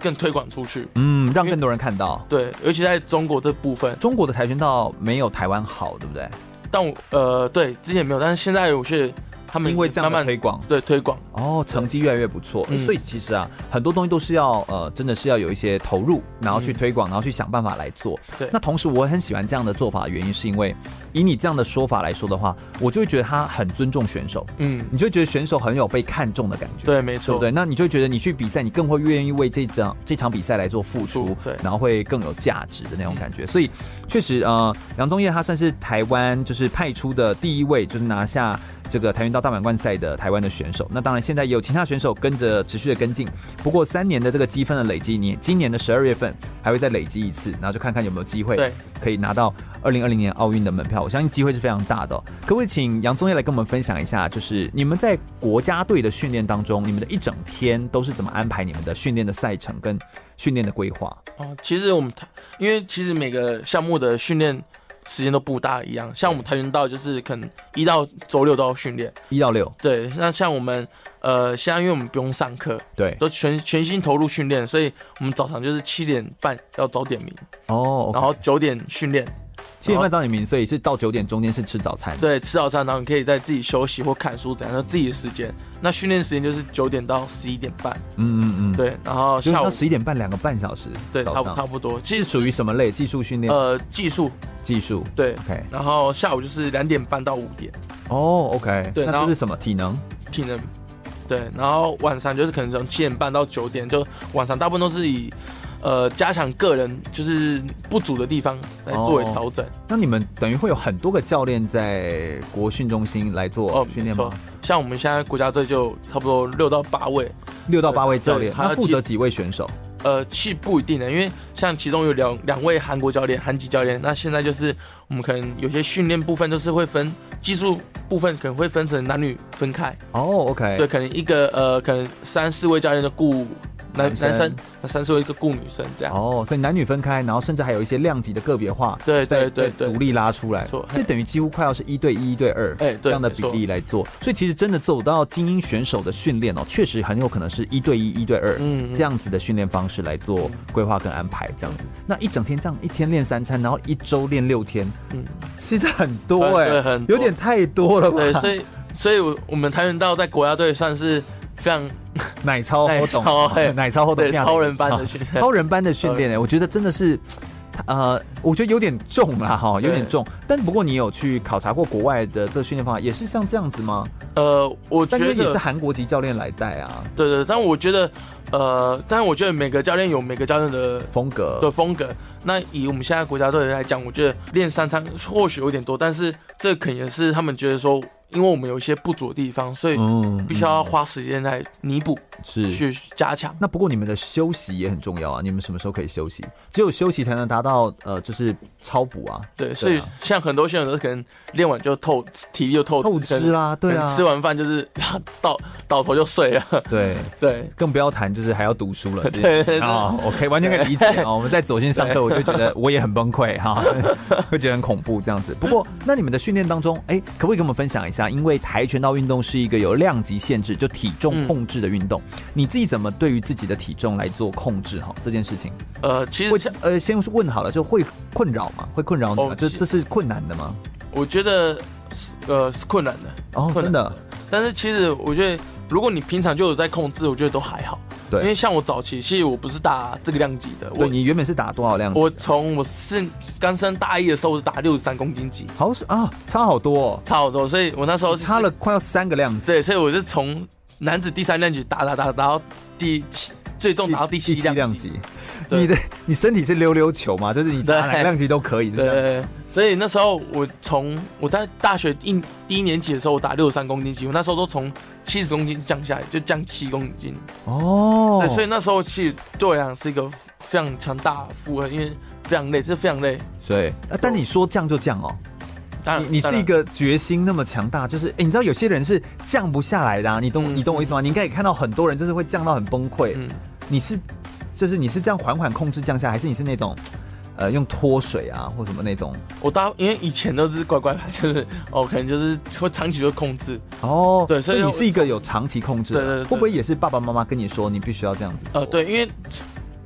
Speaker 3: 更推广出去，
Speaker 2: 嗯，让
Speaker 3: 因为
Speaker 2: 更多人看到。
Speaker 3: 对，尤其在中国这部分。
Speaker 2: 中国的跆拳道没有台湾好，对不对？
Speaker 3: 但我呃，对，之前没有，但是现在我是他们
Speaker 2: 因为这样
Speaker 3: 慢
Speaker 2: 的
Speaker 3: 慢
Speaker 2: 推广，
Speaker 3: 对推广，
Speaker 2: 哦，成绩越来越不错。
Speaker 3: 嗯
Speaker 2: 所以其实啊，很多东西都是要呃，真的是要有一些投入，然后去
Speaker 3: 嗯
Speaker 2: 推广，然后去想办法来做。
Speaker 3: 对
Speaker 2: 那同时，我很喜欢这样的做法，原因是因为以你这样的说法来说的话，我就会觉得他很尊重选手，
Speaker 3: 嗯，
Speaker 2: 你就会觉得选手很有被看重的感觉。
Speaker 3: 对，没
Speaker 2: 对
Speaker 3: 错，
Speaker 2: 不对？那你就觉得你去比赛，你更会愿意为这场这场比赛来做付出
Speaker 3: 付出对
Speaker 2: 然后会更有价值的那种感觉。所以确实，呃，杨宗业他算是台湾就是派出的第一位，就是拿下。这个跆拳道大满贯赛的台湾的选手，那当然现在也有其他选手跟着持续的跟进。不过三年的这个积分的累积，你今年的十二月份还会再累积一次，然后就看看有没有机会
Speaker 3: 对
Speaker 2: 可以拿到二零二零年奥运的门票，我相信机会是非常大的哦、可不可以请杨宗业来跟我们分享一下，就是你们在国家队的训练当中，你们的一整天都是怎么安排你们的训练的赛程跟训练的规划？
Speaker 3: 哦，其实我们跆因为其实每个项目的训练时间都不大一样，像我们跆拳道就是可能一到周六都要训练，
Speaker 2: 一到六，
Speaker 3: 对。那像我们呃，现在因为我们不用上课，
Speaker 2: 对，
Speaker 3: 都全全心投入训练，所以我们早上就是七点半要早点名，
Speaker 2: 哦，
Speaker 3: 然后九点训练，
Speaker 2: 七点半到你名，所以是到九点中间是吃早餐，
Speaker 3: 对，吃早餐，然后你可以在自己休息或看书，怎样，就自己的时间。那训练时间就是九点到十一点半，
Speaker 2: 嗯嗯嗯，，
Speaker 3: 对，然后
Speaker 2: 就是
Speaker 3: 下午
Speaker 2: 到十一点半两个半小时，
Speaker 3: 对，差
Speaker 2: 早
Speaker 3: 不差
Speaker 2: 上
Speaker 3: 不多，其实
Speaker 2: 是属于什么类？技术训练、
Speaker 3: 呃技术
Speaker 2: 技术
Speaker 3: 对，
Speaker 2: ，OK，
Speaker 3: 然后下午就是两点半到五点。
Speaker 2: 哦，OK，
Speaker 3: 对
Speaker 2: 那
Speaker 3: 然
Speaker 2: 这
Speaker 3: 后
Speaker 2: 是什么？体能？
Speaker 3: 体能，对，然后晚上就是可能从七点半到九点，就晚上大部分都是以呃加强个人就是不足的地方来作为调整。
Speaker 2: 那你们等于会有很多个教练在国训中心来做
Speaker 3: 哦，
Speaker 2: 训
Speaker 3: 没
Speaker 2: 练
Speaker 3: 错
Speaker 2: 吗？。
Speaker 3: 像我们现在国家队就差不多六到八位，
Speaker 2: 六到八位教练
Speaker 3: 对，还有
Speaker 2: 那负责几位选手？
Speaker 3: 呃，气不一定的，因为像其中有两两位韩国教练、韩籍教练，那现在就是我们可能有些训练部分就是会分技术部分，可能会分成男女分开，
Speaker 2: 哦，OK，
Speaker 3: 对，可能一个呃，可能三四位教练就顾男
Speaker 2: 男生
Speaker 3: 男生，那三四位一个顾女生这样。
Speaker 2: 哦，所以男女分开，然后甚至还有一些量级的个别化，
Speaker 3: 对对
Speaker 2: 再
Speaker 3: 对
Speaker 2: 再
Speaker 3: 对
Speaker 2: 独立拉出来，
Speaker 3: 没错
Speaker 2: 所以等于几乎快要是一对一、一对二，
Speaker 3: 哎对
Speaker 2: 这样的比例来做。所以其实真的走到精英选手的训练哦，确实很有可能是一对一、一对二，
Speaker 3: 嗯嗯
Speaker 2: 这样子的训练方式来做规划跟安排，这样子。那一整天这样，一天练三餐，然后一周练六天，嗯
Speaker 3: 嗯，
Speaker 2: 其实很多
Speaker 3: 呃
Speaker 2: 哎、
Speaker 3: 对很多
Speaker 2: 有点太多了吧？
Speaker 3: 对，所以所以我我们跆拳道在国家队算是非常
Speaker 2: 奶超
Speaker 3: 奶
Speaker 2: 我懂
Speaker 3: 超，哎
Speaker 2: 奶超我懂，
Speaker 3: 对超人般的训练
Speaker 2: 啊 超人般的训练哎，我觉得真的是。呃，我觉得有点重啦，哈，有点
Speaker 3: 对
Speaker 2: 重。但不过你有去考察过国外的这个训练方法，也是像这样子吗？
Speaker 3: 呃，我
Speaker 2: 但因
Speaker 3: 觉
Speaker 2: 为也是
Speaker 3: 得
Speaker 2: 韩国籍教练来带啊，
Speaker 3: 对对，但我觉得呃，但我觉得每个教练有每个教练的
Speaker 2: 风格
Speaker 3: 的风格。那以我们现在国家队来讲，我觉得练三餐或许有点多，但是这可能也是他们觉得说，因为我们有一些不足的地方，所以
Speaker 2: 嗯
Speaker 3: 必须要花时间来弥补、
Speaker 2: 是。
Speaker 3: 去加强。
Speaker 2: 那不过你们的休息也很重要啊，你们什么时候可以休息？只有休息才能达到呃，就是超补啊。
Speaker 3: 对，所以
Speaker 2: 啊
Speaker 3: 像很多选手都可能练完就透体力就透
Speaker 2: 透支啦
Speaker 3: 可
Speaker 2: 对
Speaker 3: 能
Speaker 2: 啊
Speaker 3: 可能吃完饭就是 倒倒头就睡了。
Speaker 2: 对，
Speaker 3: 对，
Speaker 2: 更不要谈就是还要读书 了。这
Speaker 3: 对对对
Speaker 2: 啊、我可以完全可以理解啊、我们在左线上课，我就觉得我也很崩溃哈、会觉得很恐怖这样 子。不过，那你们的训练当中，哎、可不可以跟我们分享一下？因为跆拳道运动是一个有量级限制，就体重控制的运动，
Speaker 3: 嗯
Speaker 2: 你自己怎么对于自己的体重来做控制哈、这件事情？
Speaker 3: 呃，其实
Speaker 2: 会呃，先问好了，就会困扰吗？会困扰你吗？
Speaker 3: 哦
Speaker 2: 这
Speaker 3: 是
Speaker 2: 这是困难的吗？
Speaker 3: 我觉得是呃是困难的，
Speaker 2: 哦，
Speaker 3: 困
Speaker 2: 真
Speaker 3: 难
Speaker 2: 的，
Speaker 3: 但是其实我觉得，如果你平常就有在控制，我觉得都还好。
Speaker 2: 对
Speaker 3: 因为像我早期，其实我不是打这个量级的，
Speaker 2: 对
Speaker 3: 我
Speaker 2: 你原本是打多少量级的？
Speaker 3: 我从我是刚升大一的时候，我是打六十三公斤级，
Speaker 2: 好啊，差好多、
Speaker 3: 差好多，所以我那时候
Speaker 2: 哦，
Speaker 3: 是
Speaker 2: 差了，快要三个量级。
Speaker 3: 对，所以我是从男子第三量级打打打打到第七，最 终打到第七
Speaker 2: 第
Speaker 3: 量
Speaker 2: 量
Speaker 3: 级，
Speaker 2: 级。
Speaker 3: 对
Speaker 2: 你的你身体是溜溜球嘛？就是你打
Speaker 3: 对
Speaker 2: 哪个量级都可以，是这
Speaker 3: 对
Speaker 2: 样
Speaker 3: 对，对所以那时候我从我在大学一第一年级的时候，我打六十三公斤级，我那时候都从七十公斤降下来，就降七公斤，
Speaker 2: 哦
Speaker 3: 对，所以那时候其实对我来讲是一个非常强大的负荷，因为非常累，是非常累。
Speaker 2: 所以啊但你说降就降哦，
Speaker 3: 当然，
Speaker 2: 你你
Speaker 3: 当
Speaker 2: 是
Speaker 3: 然
Speaker 2: 一个决心那么强大，就是哎，你知道有些人是降不下来的，啊，你懂
Speaker 3: 嗯
Speaker 2: 你懂我意思吗？你应该也看到很多人就是会降到很崩溃，
Speaker 3: 嗯
Speaker 2: 你是就是你是这样缓缓控制降下来，还是你是那种呃用脱水啊或什么那种？
Speaker 3: 我大因为以前都是乖乖牌， 就是哦，可能就是会长期就控制。
Speaker 2: 哦，
Speaker 3: 对
Speaker 2: 所
Speaker 3: 所以
Speaker 2: 以你
Speaker 3: 我
Speaker 2: 是一个有长期控制的，
Speaker 3: 对对对对
Speaker 2: 会不会也是爸爸妈妈跟你说你必须要这样子？
Speaker 3: 呃，，对，因为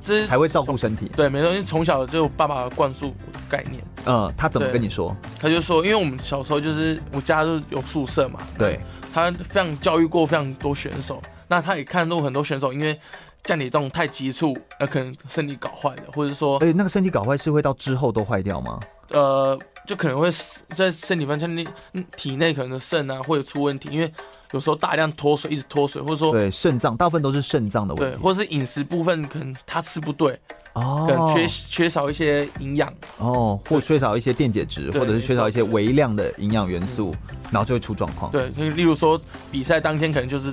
Speaker 3: 这是
Speaker 2: 才会照顾身体。
Speaker 3: 对，没错，因为从小就爸爸灌输我的概念，
Speaker 2: 嗯，他怎么
Speaker 3: 对
Speaker 2: 跟你说？
Speaker 3: 他就说，因为我们小时候就是我家就是有宿舍嘛，
Speaker 2: 对，
Speaker 3: 他非常教育过非常多选手，那他也看过很多选手，因为像你这种太急促，呃，可能身体搞坏了，或者说
Speaker 2: 而且哎那个身体搞坏是会到之后都坏掉吗？
Speaker 3: 呃，就可能会死在身体方面，你嗯体内可能肾啊会有出问题，因为有时候大量脱水，一直脱水，或者说
Speaker 2: 对，肾脏大部分都是肾脏的问
Speaker 3: 对，
Speaker 2: 题。
Speaker 3: 或者是饮食部分可能他吃不对，可能
Speaker 2: 哦
Speaker 3: 缺缺少一些营养，
Speaker 2: 哦，或缺少一些电解质，
Speaker 3: 对
Speaker 2: 或者是缺少一些微量的营养元素，然后就会出状况，
Speaker 3: 对，就例如说比赛当天可能就是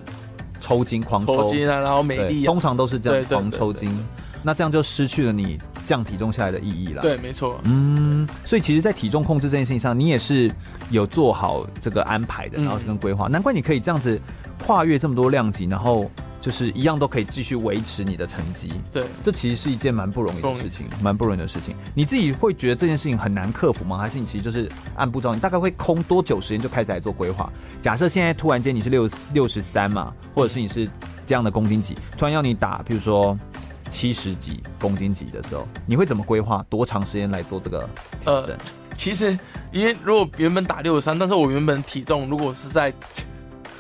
Speaker 2: 抽筋、狂
Speaker 3: 抽
Speaker 2: 抽
Speaker 3: 筋啊，然后美
Speaker 2: 对，
Speaker 3: 丽啊
Speaker 2: 通，常都是这样
Speaker 3: 对对
Speaker 2: 狂抽筋。那这样就失去了你降体重下来的意义了。，
Speaker 3: 对，没错，
Speaker 2: 啊嗯，所以其实，在体重控制这件事情上，你也是有做好这个安排的，
Speaker 3: 嗯
Speaker 2: 然后跟规划。难怪你可以这样子跨越这么多量级，然后就是一样都可以继续维持你的成绩。
Speaker 3: 对，
Speaker 2: 这其实是一件蛮不容易的事情，蛮不容易的事情。你自己会觉得这件事情很难克服吗？还是你其实就是按步骤，你大概会空多久时间就开始来做规划？假设现在突然间你是六六十三嘛，或者是你是这样的公斤级，突然要你打，比如说七十几公斤级的时候，你会怎么规划？多长时间来做这个调整？
Speaker 3: 呃其实因为如果原本打六十三，但是我原本体重如果是在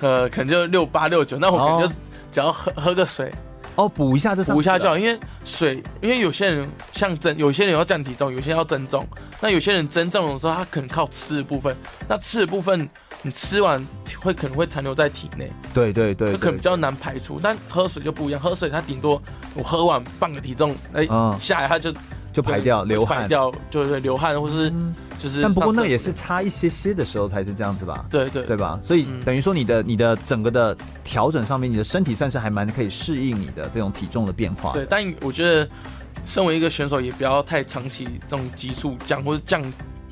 Speaker 3: 呃可能就六八六九，那我可能
Speaker 2: 哦
Speaker 3: 就只要喝喝个水，
Speaker 2: 哦，补一下就上
Speaker 3: 补一
Speaker 2: 去
Speaker 3: 下就
Speaker 2: 了
Speaker 3: 好，因为水，因为有些人像增，有些人要降体重，有些人要增重。那有些人增重的时候，他可能靠吃的部分，那吃的部分你吃完会可能会残留在体内，
Speaker 2: 对对对
Speaker 3: 就
Speaker 2: 对，
Speaker 3: 可能比较难排出。但喝水就不一样，喝水它顶多我喝完半个体重，哎、
Speaker 2: 嗯
Speaker 3: 下来它就
Speaker 2: 就排掉流汗
Speaker 3: 排。掉就是流汗或是
Speaker 2: 嗯
Speaker 3: 就是。
Speaker 2: 但不过那也是。差一些些的时候才是这样子吧？
Speaker 3: 对对
Speaker 2: 对吧？所以
Speaker 3: 嗯
Speaker 2: 等于说你的你的整个的调整上面，你的身体算是还蛮可以适应你的这种体重的变化。
Speaker 3: 对，但我觉得身为一个选手，也不要太长期这种急速降或者降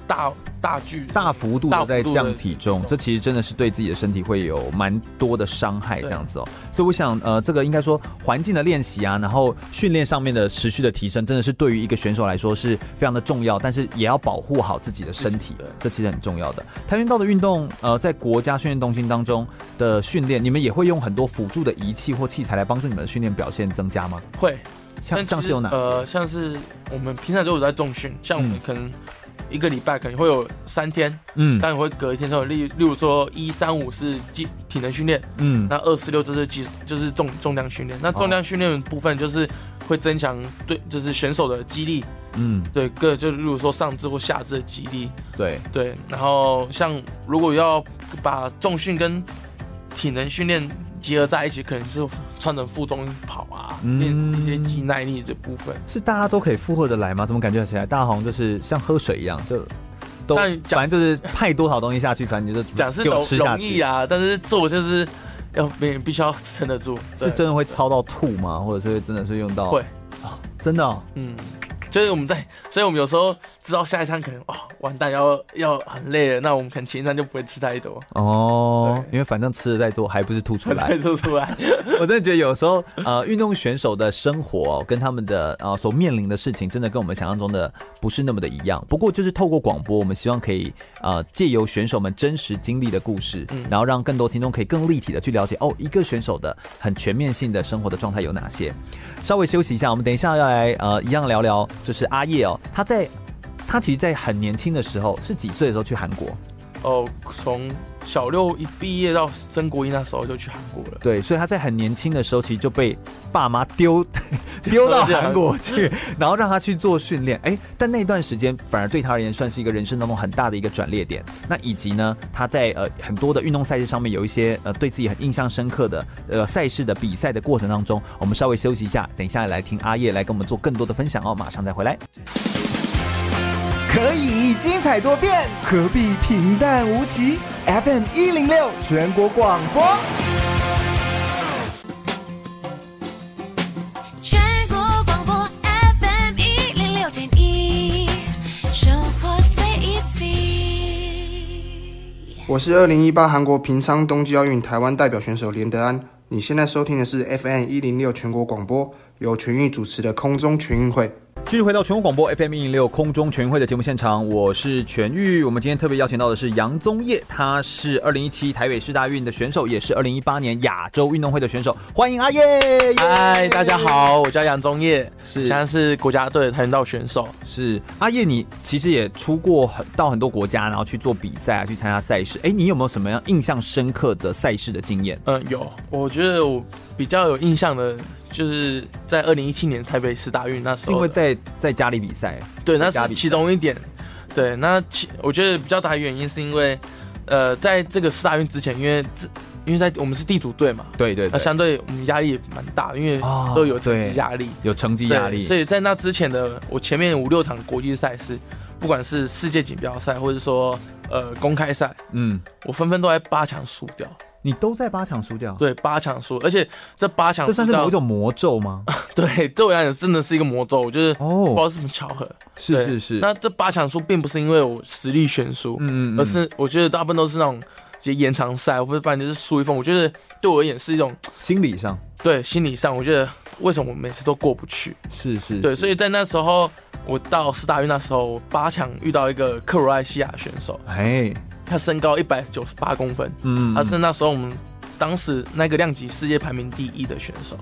Speaker 3: 大大剧
Speaker 2: 大幅度的在
Speaker 3: 大幅
Speaker 2: 降
Speaker 3: 度地
Speaker 2: 体重，这其实真的是对自己的身体会有蛮多的伤害，这样子哦。所以我想，呃，这个应该说环境的练习啊，然后训练上面的持续的提升，真的是对于一个选手来说是非常的重要，但是也要保护好自己的身体
Speaker 3: 对，
Speaker 2: 这其实很重要的。跆拳道的运动，呃，在国家训练中心当中的训练，你们也会用很多辅助的仪器或器材来帮助你们的训练表现增加吗？
Speaker 3: 会
Speaker 2: 像
Speaker 3: 但其
Speaker 2: 像是
Speaker 3: 实
Speaker 2: 有哪？
Speaker 3: 呃，像是我们平常都有在重训，像我们
Speaker 2: 嗯
Speaker 3: 可能一个礼拜可能会有三天，
Speaker 2: 嗯
Speaker 3: 但会隔一天之后，例例如说一三五是肌体能训练，
Speaker 2: 嗯
Speaker 3: 那二四六就是肌就是重重量训练。那重量训练部分就是会增强对就是选手的肌力，
Speaker 2: 嗯，
Speaker 3: 对各就例如说上肢或下肢的肌力，
Speaker 2: 对，
Speaker 3: 对。然后像如果要把重训跟体能训练结合在一起，可能是穿着负重跑啊，
Speaker 2: 嗯
Speaker 3: 练一些肌耐力这部分。
Speaker 2: 是大家都可以负荷的来吗？怎么感觉起来大家好像就是像喝水一样，就都
Speaker 3: 但讲
Speaker 2: 反正就是派多少东西下去，反正就是
Speaker 3: 讲是
Speaker 2: 给我
Speaker 3: 容
Speaker 2: 吃下
Speaker 3: 容
Speaker 2: 去
Speaker 3: 易啊，但是做就是要必必须要撑得住，
Speaker 2: 是
Speaker 3: 对
Speaker 2: 真的哦会操到吐吗？或者是真的是用到
Speaker 3: 会，
Speaker 2: 真的哦、
Speaker 3: 嗯，就是我们在，所以我们有时候知道下一餐可能哦完蛋要要很累了，那我们可能前一餐就不会吃太多，
Speaker 2: 哦，因
Speaker 3: 对
Speaker 2: 为反正吃的再多还不是吐出来
Speaker 3: 才。做出来，
Speaker 2: 我真的觉得有时候呃，运动选手的生活、哦、跟他们的呃所面临的事情，真的跟我们想象中的不是那么的一样。不过就是透过广播，我们希望可以呃借由选手们真实经历的故事，然后让更多听众可以更立体的去了解哦，一个选手的很全面性的生活的状态有哪些。稍微休息一下，我们等一下要来呃一样聊聊，就是阿叶哦，他在他其实，在很年轻的时候，是几岁的时候去韩国？
Speaker 3: 哦，从小六一毕业到升国一那时候就去韩国了，
Speaker 2: 对，所以他在很年轻的时候，其实就被爸妈丢丢到韩国去， 然后让他去做训练。哎，但那段时间反而对他而言算是一个人生当中很大的一个转捩点。那以及呢，他在呃很多的运动赛事上面有一些呃对自己很印象深刻的呃赛事的比赛的过程当中，我们稍微休息一下，等一下来听阿叶来跟我们做更多的分享哦，马上再回来。
Speaker 7: 可以精彩多变，何必平淡无奇？FM 一零六全国广播，
Speaker 8: 全国广播 FM 一零六点一，生活最 easy。
Speaker 9: 我是二零一八韩国平昌冬季奥运台湾代表选手连德安。你现在收听的是 FM 一零六全国广播，由全运主持的空中全运会。
Speaker 2: 继续回到全国广播 FM 一零六空中全运会的节目现场，我是全玉。我们今天特别邀请到的是杨宗业，他是二零一七台北市大运的选手，也是二零一八年亚洲运动会的选手。欢迎阿叶！耶
Speaker 3: 嗨，哎大家，好，我叫杨宗业，
Speaker 2: 是
Speaker 3: 现在是国家队的跆拳道选手，
Speaker 2: 是阿叶，你其实也出过很到很多国家，然后去做比赛啊，去参加赛事。哎，你有没有什么样印象深刻的赛事的经验？
Speaker 3: 嗯，有，我觉得我比较有印象的。就是在二零一七年台北市大运那时
Speaker 2: 是
Speaker 3: 候，
Speaker 2: 因为在在家里比赛，
Speaker 3: 对，那
Speaker 2: 家
Speaker 3: 是
Speaker 2: 里
Speaker 3: 其中一点。对，那其我觉得比较大的原因是因为，呃，在这个四大运之前，因为自因为在我们是地主队嘛，
Speaker 2: 对对
Speaker 3: 那
Speaker 2: 对，
Speaker 3: 相对我们压力也蛮大，因为
Speaker 2: 哦
Speaker 3: 都有成
Speaker 2: 对
Speaker 3: 绩压力，
Speaker 2: 有成绩
Speaker 3: 对
Speaker 2: 压力，
Speaker 3: 所以在那之前的我前面五六场国际赛事，不管是世界锦标赛或者说呃公开赛，
Speaker 2: 嗯，
Speaker 3: 我纷纷都在八强输掉。
Speaker 2: 你都在八强输掉，，
Speaker 3: 对，八强输，而且这八强
Speaker 2: 这算是
Speaker 3: 输
Speaker 2: 某一
Speaker 3: 掉
Speaker 2: 种魔咒 吗？
Speaker 3: 对对我来讲真的是一个魔咒，我就是
Speaker 2: 哦
Speaker 3: 不知道是什么巧合。
Speaker 2: 是
Speaker 3: 对
Speaker 2: 是是，
Speaker 3: 那这八强输并不是因为我实力悬殊，
Speaker 2: 嗯
Speaker 3: 而是我觉得大部分都是那种直接延长赛，或者不然就是输一分。我觉得对我而言是一种
Speaker 2: 心理上
Speaker 3: 对心理上，我觉得为什么我每次都过不去？
Speaker 2: 是是，
Speaker 3: 对，所
Speaker 2: 以
Speaker 3: 以在那时候我到四大运那时候，我八强遇到一个克罗埃西亚选手，
Speaker 2: 哎，
Speaker 3: 他身高一百九十八公分，
Speaker 2: 嗯
Speaker 3: 他是那时候我们当时那个量级世界排名第一的选手。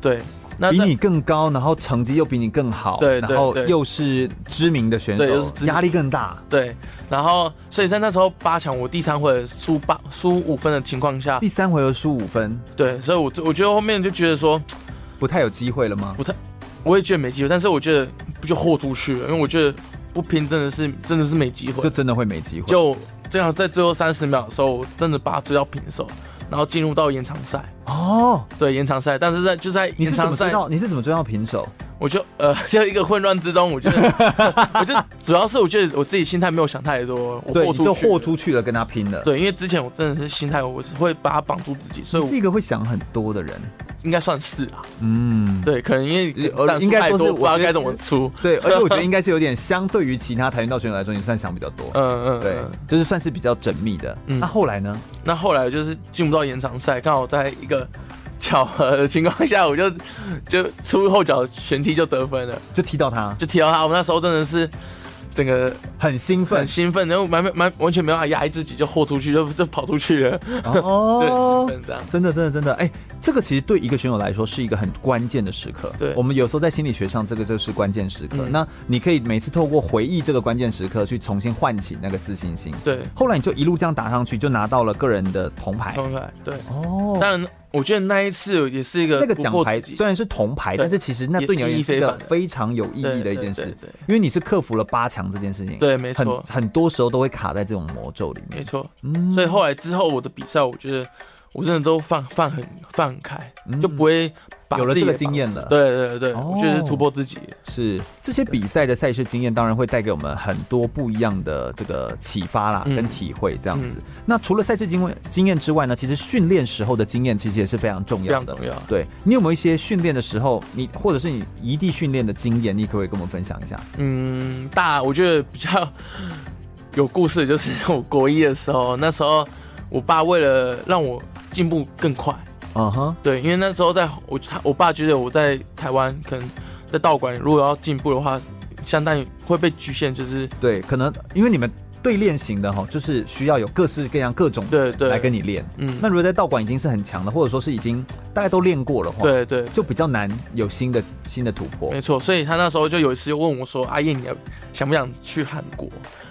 Speaker 3: 对，那
Speaker 2: 啊比
Speaker 3: 在
Speaker 2: 你更高，然后成绩又比你更好，
Speaker 3: 对对
Speaker 2: 然后
Speaker 3: 对
Speaker 2: 又是知名的选
Speaker 3: 对又
Speaker 2: 手
Speaker 3: 是知，名
Speaker 2: 压力更大，
Speaker 3: 对，然后所以在那时候八强，我第三回合输八输五分的情况下
Speaker 2: 第，三回合输五分，
Speaker 3: 对，所以我就我觉得后面就觉得说，
Speaker 2: 不太有机会了吗？
Speaker 3: 不太，我也觉得没机会，但是我觉得不就豁出去了，因为我觉得不拼真的是真的是没机
Speaker 2: 就
Speaker 3: 会。
Speaker 2: 真的会没机会。
Speaker 3: 就这样，在最后三十秒的时候，我真的把它追到平手，然后进入到延长赛。
Speaker 2: 哦，
Speaker 3: 对，延长赛，但是在就在
Speaker 2: 你
Speaker 3: 延
Speaker 2: 是怎
Speaker 3: 长
Speaker 2: 么知
Speaker 3: 赛，
Speaker 2: 道？你是怎么知道平手？
Speaker 3: 我就呃， 就一个混乱之中，我觉得， 我就主要是我觉得我自己心态没有想太多，我
Speaker 2: 对，
Speaker 3: 豁
Speaker 2: 你就
Speaker 3: 出去
Speaker 2: 豁
Speaker 3: 了。
Speaker 2: 出去了，跟他拼了。，
Speaker 3: 对，因为之前我真的是心态，我是会把它绑住自己，所以
Speaker 2: 你
Speaker 3: 我
Speaker 2: 是一个会想很多的人。
Speaker 3: 应该算是啊。
Speaker 2: 嗯，
Speaker 3: 对，可能因为
Speaker 2: 呃
Speaker 3: 战
Speaker 2: 应
Speaker 3: 术
Speaker 2: 该
Speaker 3: 太
Speaker 2: 说是
Speaker 3: 多，不知
Speaker 2: 我
Speaker 3: 道
Speaker 2: 觉得
Speaker 3: 该怎么 出。
Speaker 2: 对，而且 我觉得应该是有点相对于其他跆拳道选手来说，你算想比较多。
Speaker 3: 嗯嗯，
Speaker 2: 对
Speaker 3: 嗯，
Speaker 2: 就是算是比较缜密的。
Speaker 3: 嗯
Speaker 2: 那后来呢？
Speaker 3: 那后来就是进不到延长赛，刚好在一个巧合的情况下，我就 就出后脚旋踢就得分了，
Speaker 2: 就踢到他，
Speaker 3: 就踢到他。我那时候真的是整个
Speaker 2: 很兴
Speaker 3: 很
Speaker 2: 奋。
Speaker 3: 兴奋，然后蛮蛮完全没办法压抑自己，就豁出去，就 就跑出去了，对，
Speaker 2: 哦
Speaker 3: 很，兴奋这样。
Speaker 2: 真的，真的，真的，哎、这个其实对一个选手来说是一个很关键的时刻。
Speaker 3: 对
Speaker 2: 我们有时候在心理学上，这个就是关键时刻。
Speaker 3: 嗯
Speaker 2: 那你可以每次透过回忆这个关键时刻，去重新唤起那个自信心。
Speaker 3: 对，
Speaker 2: 后来你就一路这样打上去，就拿到了个人的铜牌。
Speaker 3: 冲出来，对。
Speaker 2: 哦，
Speaker 3: 当然，我觉得那一次也是一个
Speaker 2: 那个
Speaker 3: 突
Speaker 2: 奖
Speaker 3: 破
Speaker 2: 牌
Speaker 3: 自己
Speaker 2: 虽然是铜牌，
Speaker 3: 对
Speaker 2: 但是其实那对你而言是一
Speaker 3: 意义非
Speaker 2: 个
Speaker 3: 凡的
Speaker 2: 非常有意义的一件
Speaker 3: 对
Speaker 2: 事
Speaker 3: 对对对，
Speaker 2: 因为你是克服了八强这件事情。
Speaker 3: 对没错
Speaker 2: 很很多时候都会卡在这种魔咒里
Speaker 3: 没
Speaker 2: 面。
Speaker 3: 错。
Speaker 2: 嗯
Speaker 3: 所以后来之后我的比赛，我觉得我真的都放放很放很开，就不会把
Speaker 2: 嗯有了
Speaker 3: 自己
Speaker 2: 这个
Speaker 3: 给
Speaker 2: 经
Speaker 3: 绑
Speaker 2: 验
Speaker 3: 死
Speaker 2: 了
Speaker 3: 对对对对，
Speaker 2: 哦
Speaker 3: 我觉得是突破自己。
Speaker 2: 是这些比赛的赛事经验，当然会带给我们很多不一样的这个启发啦，
Speaker 3: 嗯
Speaker 2: 跟体会这样子。那除了赛事经验经验之外呢，其实训练时候的经验其实也是非常重要的。
Speaker 3: 非常重要
Speaker 2: 对你有没有一些训练的时候，你或者是你异地训练的经验，你可不可以跟我们分享一下？
Speaker 3: 嗯，大我觉得比较有故事，就是我国一的时候，那时候我爸为了让我进步更快，
Speaker 2: 嗯哼，
Speaker 3: 对，因为那时候在我他我爸觉得我在台湾可能在道馆如果要进步的话，相当于会被局限，就是
Speaker 2: 对，可能因为你们对练型的哈，就是需要有各式各样各种
Speaker 3: 对对
Speaker 2: 来跟你练。
Speaker 3: 嗯
Speaker 2: 那如果在道馆已经是很强的，或者说是已经大概都练过的话，，
Speaker 3: 对对
Speaker 2: 就比较难有新的新的突破
Speaker 3: 没错，所以他那时候就有一次就问我说：“阿燕，你要想不想去韩国？”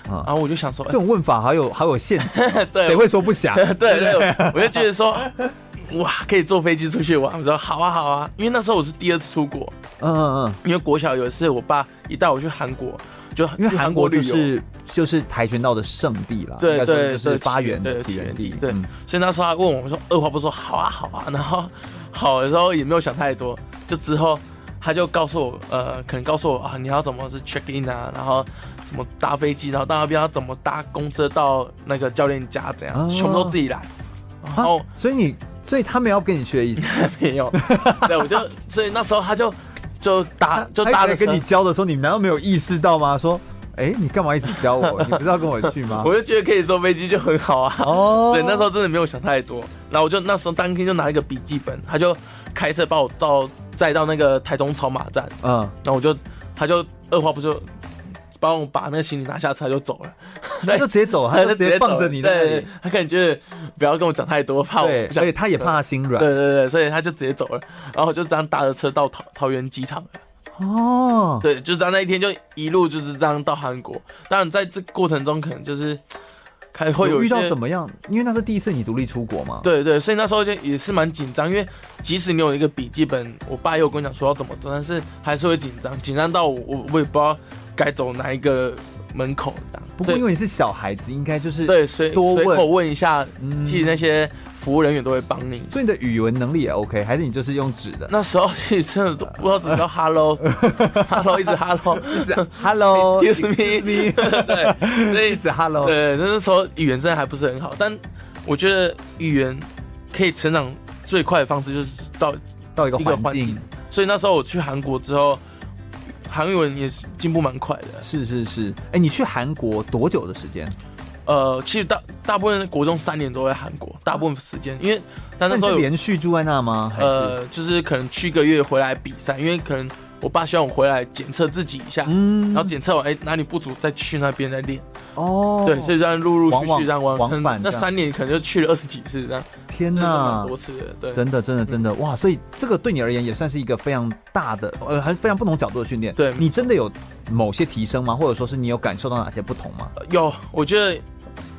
Speaker 2: 啊。
Speaker 3: 然后我就想说
Speaker 2: 这种问法还有还有陷阱，啊
Speaker 3: 哎：“ 对，
Speaker 2: 谁会说不想？
Speaker 3: 对对，我就觉得说，哇，可以坐飞机出去玩。”我说：“好啊，好啊。”因为那时候我是第二次出国，
Speaker 2: 嗯嗯嗯，
Speaker 3: 因为国小有一次我爸一带我去韩国，就
Speaker 2: 因为
Speaker 3: 去
Speaker 2: 韩
Speaker 3: 国
Speaker 2: 国
Speaker 3: 旅
Speaker 2: 就
Speaker 3: 游。
Speaker 2: 是就是跆拳道的圣地啦，应
Speaker 3: 对
Speaker 2: 该说
Speaker 3: 对，
Speaker 2: 就是
Speaker 3: 对
Speaker 2: 发源
Speaker 3: 对
Speaker 2: 的起源地，
Speaker 3: 对
Speaker 2: 嗯，
Speaker 3: 所以那时候他问我，我说二话不说，好啊好啊，然后好的时候也没有想太多，就之后他就告诉我，呃，可能告诉我啊，你要怎么是 check in 啊，然后怎么搭飞机，然后到那边要怎么搭公车到那个教练家怎
Speaker 2: 哦
Speaker 3: 样，全部都自己来，然后
Speaker 2: 啊所以你所以他们要跟你去的 意思，
Speaker 3: 没有，对，我就所以那时候他就就搭就
Speaker 2: 他
Speaker 3: 搭
Speaker 2: 他
Speaker 3: 的
Speaker 2: 在跟你
Speaker 3: 车
Speaker 2: 教的时候，你难道没有意识到吗？说，哎，你干嘛一直教我？ 你不是要跟我去吗
Speaker 3: 我？就觉得可以坐飞机就很好啊。
Speaker 2: 哦
Speaker 3: 对，那时候真的没有想太多，然后我就那时候当天就拿一个笔记本，他就开车把我到载到那个台中草马站，
Speaker 2: 嗯，
Speaker 3: 然后我就他就二话不说帮我把那个行李拿下车就走了，
Speaker 2: 他就直接
Speaker 3: 哦
Speaker 2: 走，他就直接放着你在那
Speaker 3: 对
Speaker 2: 里，，
Speaker 3: 他可能觉得不要跟我讲太多，怕我
Speaker 2: 对，
Speaker 3: 不
Speaker 2: 而
Speaker 3: 想
Speaker 2: 且他也怕他心
Speaker 3: 对
Speaker 2: 软
Speaker 3: 对对，所以他就直接走了，然后我就这样搭着车到桃桃园机场了。
Speaker 2: 哦。
Speaker 3: 对，就是在那一天就一路就是这样到韩国。当然，在这过程中可能就是还会有
Speaker 2: 有
Speaker 3: 一
Speaker 2: 遇到
Speaker 3: 些
Speaker 2: 什么样？因为那是第一次你独立出国嘛，
Speaker 3: 对对，所以那时候就也是蛮紧张，因为即使你有一个笔记本，我爸也有跟我讲说要怎么做，但是还是会紧张，紧张到我我我也不知道该走哪一个门口这样。
Speaker 2: 不过
Speaker 3: 对
Speaker 2: 因为你是小孩子，应该就是
Speaker 3: 对随
Speaker 2: 多
Speaker 3: 随
Speaker 2: 问
Speaker 3: 口问一下，
Speaker 2: 嗯
Speaker 3: 其实那些服务人员都会帮你。
Speaker 2: 所以你的语文能力也 OK，还是你就是用纸的？
Speaker 3: 那时候其实真的都不知道怎 么叫 hello，hello 一直 hello，
Speaker 2: Hello,
Speaker 3: Excuse
Speaker 2: me，
Speaker 3: 对， 所以
Speaker 2: 一直 Hello，
Speaker 3: 对，那时候语言真的还不是很好，但我觉得语言可以成长最快的方式就是到
Speaker 2: 到一个
Speaker 3: 一个
Speaker 2: 环
Speaker 3: 环
Speaker 2: 境
Speaker 3: 境，所以那时候我去韩国之后，韩文也是进步蛮快的。
Speaker 2: 是是是。哎，你去韩国多久的时间？
Speaker 3: 呃，其实大大部分国中三年都在韩国，大部分时间，因为但
Speaker 2: 那
Speaker 3: 那
Speaker 2: 你
Speaker 3: 时候
Speaker 2: 是
Speaker 3: 有
Speaker 2: 连续住在那吗？还是？
Speaker 3: 呃，就是可能去一个月回来比赛，因为可能我爸希望我回来检测自己一下，
Speaker 2: 嗯
Speaker 3: 然后检测完哎、哪里不足再去那边再练，
Speaker 2: 哦，
Speaker 3: 对，所以这样陆陆续
Speaker 2: 往往
Speaker 3: 续这样玩，
Speaker 2: 往
Speaker 3: 可能
Speaker 2: 返
Speaker 3: 那
Speaker 2: 这样
Speaker 3: 三年可能就去了二十几次这样，
Speaker 2: 天
Speaker 3: 真的
Speaker 2: 哪
Speaker 3: 蛮，多次的，对
Speaker 2: 真的真的真的哇！所以这个对你而言也算是一个非常大的呃，很非常不同角度的训练。
Speaker 3: 对
Speaker 2: 你真的有某些提升吗？或者说是你有感受到哪些不同吗？
Speaker 3: 有，我觉得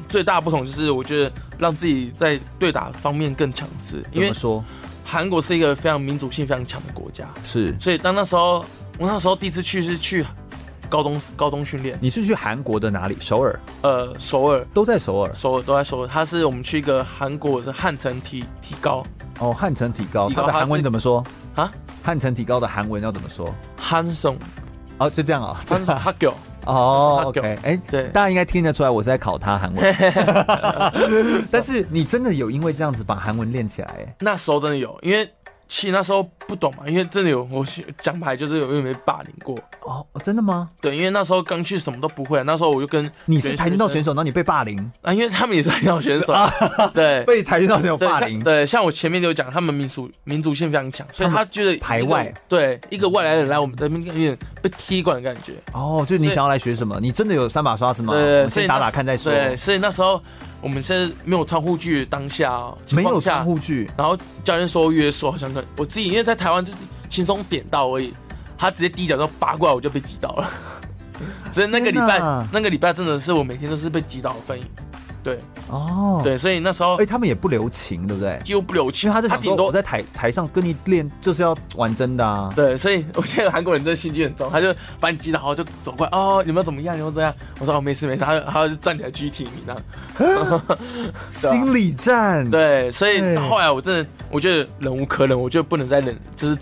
Speaker 3: 最大的不同就是，我觉得让自己在对打方面更强势，
Speaker 2: 怎
Speaker 3: 因为
Speaker 2: 么说？
Speaker 3: 韩国是一个非常民主性非常强的国家，
Speaker 2: 是，
Speaker 3: 所以当那时候我那时候第一次去是去高中高中训练，
Speaker 2: 你是去韩国的哪里？首尔，
Speaker 3: 呃，首尔。
Speaker 2: 都在首尔
Speaker 3: 首尔都在首尔，它是我们去一个韩国的汉城提提高
Speaker 2: 哦。汉城体高，
Speaker 3: 体
Speaker 2: 它
Speaker 3: 高
Speaker 2: 的
Speaker 3: 它
Speaker 2: 韩文
Speaker 3: 是
Speaker 2: 怎么说？
Speaker 3: 啊，
Speaker 2: 汉城体高的韩文要怎么说？
Speaker 3: 汉松
Speaker 2: 哦，就这样啊，
Speaker 3: 汉松哈狗，
Speaker 2: 哦
Speaker 3: 他给我
Speaker 2: ，OK，哎，
Speaker 3: 对
Speaker 2: 大家应该听得出来我是在考他韩文， 但是你真的有因为这样子把韩文练起来，哎
Speaker 3: 那时候真的有，因为其实那时候不懂嘛，因为真的有我是讲白就是有因为被霸凌过，
Speaker 2: 哦，真的吗？
Speaker 3: 对，因为那时候刚去什么都不会，啊那时候我就跟
Speaker 2: 你是
Speaker 3: 原
Speaker 2: 跆拳道
Speaker 3: 生
Speaker 2: 选手，然后你被霸凌，
Speaker 3: 啊，因为他们也是跆拳道选手，啊 对。
Speaker 2: 被跆拳道选手
Speaker 3: 对
Speaker 2: 霸
Speaker 3: 像
Speaker 2: 凌，
Speaker 3: 对，像我前面就有讲，他们民族民族性非常强，所以
Speaker 2: 他们
Speaker 3: 他觉得
Speaker 2: 排
Speaker 3: 一个
Speaker 2: 外，
Speaker 3: 对一个外来人来我们这边有点被踢馆的感觉，
Speaker 2: 哦，就是你想要来学什么？你真的有三把刷是吗？嗯
Speaker 3: 对
Speaker 2: 我
Speaker 3: 对，
Speaker 2: 们
Speaker 3: 所以
Speaker 2: 先
Speaker 3: 那
Speaker 2: 打打
Speaker 3: 时
Speaker 2: 看再说。
Speaker 3: 对，所以那时候我们现在没有穿护具的当下哦，情
Speaker 2: 没有
Speaker 3: 况下
Speaker 2: 窗户具，
Speaker 3: 然后教练说约束，好像可我自己因为在台湾就是轻松点到而已，他直接第一脚就拔过来，我就被击倒了。 所以那个礼拜
Speaker 2: 天哪，
Speaker 3: 那个礼拜真的是我每天都是被击倒的分影。对
Speaker 2: 哦，，
Speaker 3: 对，所以那时候
Speaker 2: 哎、他们也不留情，对不对？
Speaker 3: 几乎不留情，
Speaker 2: 因为他就
Speaker 3: 他
Speaker 2: 想说
Speaker 3: 顶
Speaker 2: 我
Speaker 3: 多
Speaker 2: 在台台上跟你练，就是要玩真的啊。
Speaker 3: 对，所以我觉得韩国人真的心机很重，他就把你击倒，然后就走过来，哦，你们怎么样？你们怎么样？我说哦，没事没事，他就 他就站起来继续踢你这样。啊
Speaker 2: 心理战，
Speaker 3: 对，所以
Speaker 2: 对
Speaker 3: 后来我真的我觉得忍无可忍，我就不能再忍，就是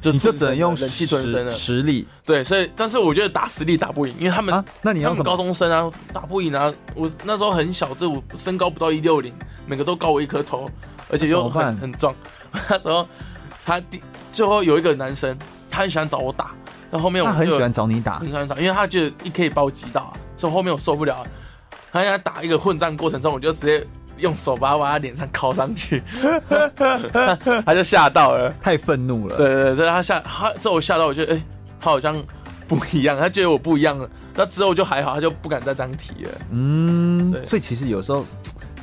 Speaker 3: 就
Speaker 2: 你就
Speaker 3: 吞
Speaker 2: 只能
Speaker 3: 声了
Speaker 2: 用
Speaker 3: 忍气吞声
Speaker 2: 实
Speaker 3: 了。
Speaker 2: 实力
Speaker 3: 对，所以但是我觉得打实力打不赢，因为他们、
Speaker 2: 啊。那你
Speaker 3: 他
Speaker 2: 要
Speaker 3: 们
Speaker 2: 什
Speaker 3: 高
Speaker 2: 么？
Speaker 3: 中生啊打不赢啊。我那时候很小，这我身高不到一六零，每个都高我一颗头，而且
Speaker 2: 那
Speaker 3: 又
Speaker 2: 怎么办
Speaker 3: 很很壮。 那时候他第最后有一个男生，他很喜欢找我打，那后面我
Speaker 2: 他
Speaker 3: 就嗯
Speaker 2: 很喜欢找你打
Speaker 3: 很喜欢打，因为他觉得一可以把我击倒、啊，所以后面我受不了、啊。他在打一个混战过程中，我就直接用手把他往他脸上敲上去， 他就吓到了。
Speaker 2: 太愤怒了。
Speaker 3: 对对对，所以他吓他这我吓到，我觉得哎、他好像不一样，他觉得我不一样了。那之后就还好，他就不敢再这样提了。
Speaker 2: 嗯，
Speaker 3: 对
Speaker 2: 所以其实有时候。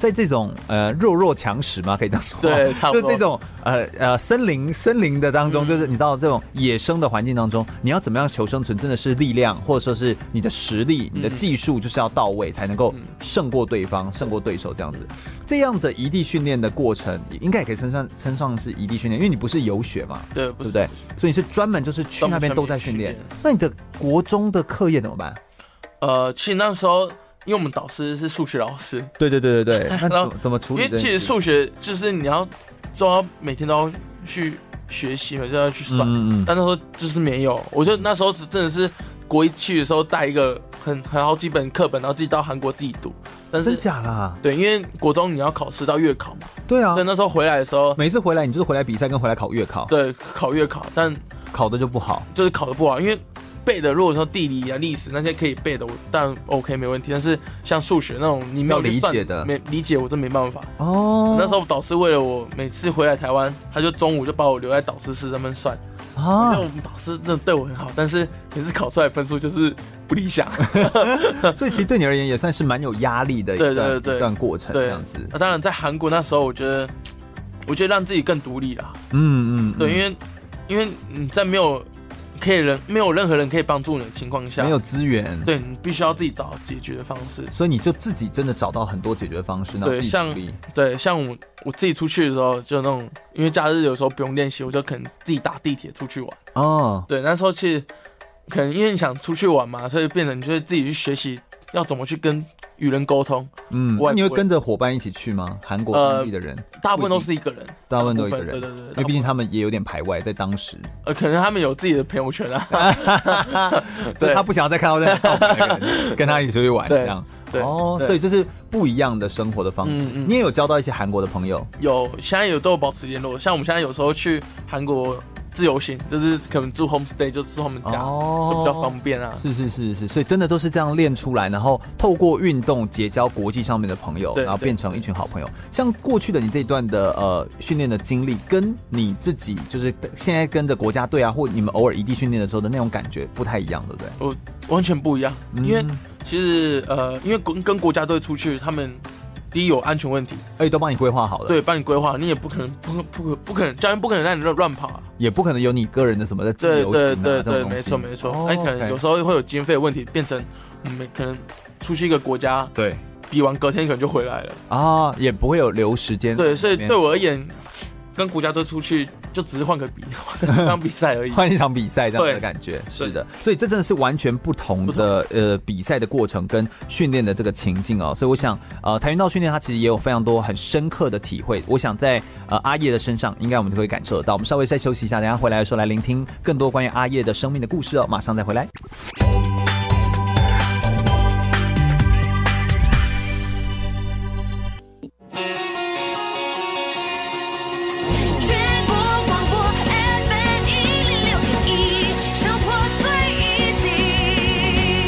Speaker 2: 在这种呃弱肉强食嘛，可以这样说，啊
Speaker 3: 对差不多
Speaker 2: 就这种呃呃森林森林的当中，
Speaker 3: 嗯
Speaker 2: 就是你知道这种野生的环境当中，你要怎么样求生存，真的是力量或者说是你的实力、你的技术，就是要到位，才能够
Speaker 3: 嗯
Speaker 2: 胜过对方、胜过对手这样子。这样的异地训练的过程，应该也可以称上称上是异地训练，因为你不是游学嘛，
Speaker 3: 对，
Speaker 2: 对
Speaker 3: 不
Speaker 2: 不
Speaker 3: 是
Speaker 2: 对？所以你是专门就是去那边都在训练
Speaker 3: 专门去。
Speaker 2: 那你的国中的课业怎么办？
Speaker 3: 呃，其实那时候因为我们导师是数学老师，
Speaker 2: 对对对对 对，那
Speaker 3: 然
Speaker 2: 怎
Speaker 3: 后
Speaker 2: 么怎么处理
Speaker 3: 因为
Speaker 2: 这件事？
Speaker 3: 其实数学就是你要都要每天都要去学习嘛，就要去算。
Speaker 2: 嗯嗯嗯，
Speaker 3: 但那时候就是没有，我就那时候只真的是国一去的时候带一个很很好几本课本，然后自己到韩国自己读。但
Speaker 2: 真
Speaker 3: 是
Speaker 2: 假啦？
Speaker 3: 对，因为国中你要考试到月考嘛，
Speaker 2: 对啊
Speaker 3: 所以，那时候回来的时候，
Speaker 2: 每次回来你就是回来比赛跟回来考月考，
Speaker 3: 对，考月考，但
Speaker 2: 考的就不好。
Speaker 3: 就是考的不好，因为背的如果说地理啊、历史那些可以背的，我但 OK 没问题。但是像数学那种你没有
Speaker 2: 要理
Speaker 3: 去算
Speaker 2: 解的
Speaker 3: 没理解我真没办法。
Speaker 2: 哦，
Speaker 3: 那时候导师为了我每次回来台湾，他就中午就把我留在导师室那边算。
Speaker 2: 候
Speaker 3: 因
Speaker 2: 啊
Speaker 3: 为我，们导师真的对我很好，但是每次考出来分数就是不 理想。
Speaker 2: 所以其实对你而言也算是蛮有压力的一
Speaker 3: 对
Speaker 2: 段
Speaker 3: 对对对
Speaker 2: 一段过程
Speaker 3: 对啊
Speaker 2: 这样子。
Speaker 3: 那当然，在韩国那时候，我觉得，我觉得让自己更独立啦。
Speaker 2: 嗯嗯，
Speaker 3: 对，
Speaker 2: 嗯
Speaker 3: 因为因为你在没有可以人没有任何人可以帮助你的情况下，
Speaker 2: 没有资源，，
Speaker 3: 对你必须要自己找解决的方式。
Speaker 2: 所以你就自己真的找到很多解决方式，然后
Speaker 3: 对
Speaker 2: 自己
Speaker 3: 像
Speaker 2: 努力
Speaker 3: 对，像我我自己出去的时候，就那种因为假日有时候不用练习，我就可能自己打地铁出去玩。
Speaker 2: 哦，
Speaker 3: 对，那时候其实可能因为你想出去玩嘛，所以变成你就会自己去学习要怎么去跟与人沟通。
Speaker 2: 嗯，
Speaker 3: 外
Speaker 2: 那你会
Speaker 3: 国呃
Speaker 2: 跟着伙伴一起去吗？韩国当地的人，
Speaker 3: 大部分都是一个人，
Speaker 2: 大部分都一个人
Speaker 3: 对对对，
Speaker 2: 因为毕竟他们也有点排外，在当 时，
Speaker 3: 呃，可能他们有自己的朋友圈啊。
Speaker 2: 就
Speaker 3: 对
Speaker 2: 他不想要再看到在盗版的人跟他一起出去玩
Speaker 3: 对
Speaker 2: 这样。
Speaker 3: 对
Speaker 2: 哦，
Speaker 3: 对
Speaker 2: 所以就是不一样的生活的方式。
Speaker 3: 嗯嗯嗯
Speaker 2: 你也有交到一些韩国的朋友，
Speaker 3: 有现在有都有保持联络，像我们现在有时候去韩国自由行，就是可能住 homestay 就住他们家，
Speaker 2: 哦
Speaker 3: 就比较方便啊。
Speaker 2: 是是是是，所以真的都是这样练出来，然后透过运动结交国际上面的朋友，
Speaker 3: 对
Speaker 2: 然后
Speaker 3: 对
Speaker 2: 变成一群好朋友。像过去的你这一段的呃训练的经历，跟你自己就是现在跟着国家队啊，或你们偶尔异地训练的时候的那种感觉不太一样，对不对？
Speaker 3: 我完全不一样，
Speaker 2: 嗯
Speaker 3: 因为其实呃，因为跟跟国家队出去，他们第一有安全问题，
Speaker 2: 而且哎都帮你规划好了，，
Speaker 3: 对，帮你规划，你也不可能不可不可不可能，教练不可能让你乱乱跑啊。
Speaker 2: 也不可能有你个人的什么的自
Speaker 3: 对
Speaker 2: 由行啊
Speaker 3: 对对
Speaker 2: 这种
Speaker 3: 对，
Speaker 2: 东
Speaker 3: 没
Speaker 2: 西
Speaker 3: 错没错。
Speaker 2: 哦
Speaker 3: 那、可能
Speaker 2: OK
Speaker 3: 有时候会有经费问题，变成我们可能出去一个国家
Speaker 2: 对
Speaker 3: 比完，隔天可能就回来了。
Speaker 2: 啊，也不会有留时间在那边。
Speaker 3: 对，所以对我而言，跟国家队出去就只是换个比换个当比赛而已。
Speaker 2: 换一场比赛这样的
Speaker 3: 对
Speaker 2: 感觉，是的，所以这真的是完全不同的呃比赛的过程跟训练的这个情境哦，所以我想呃跆拳道训练它其实也有非常多很深刻的体会，我想在呃阿叶的身上应该我们都可以感受得到。我们稍微再休息一下，等一下回来的时候来聆听更多关于阿叶的生命的故事哦，马上再回来。
Speaker 8: 全国广播 FM 一零六点一，生活最 easy。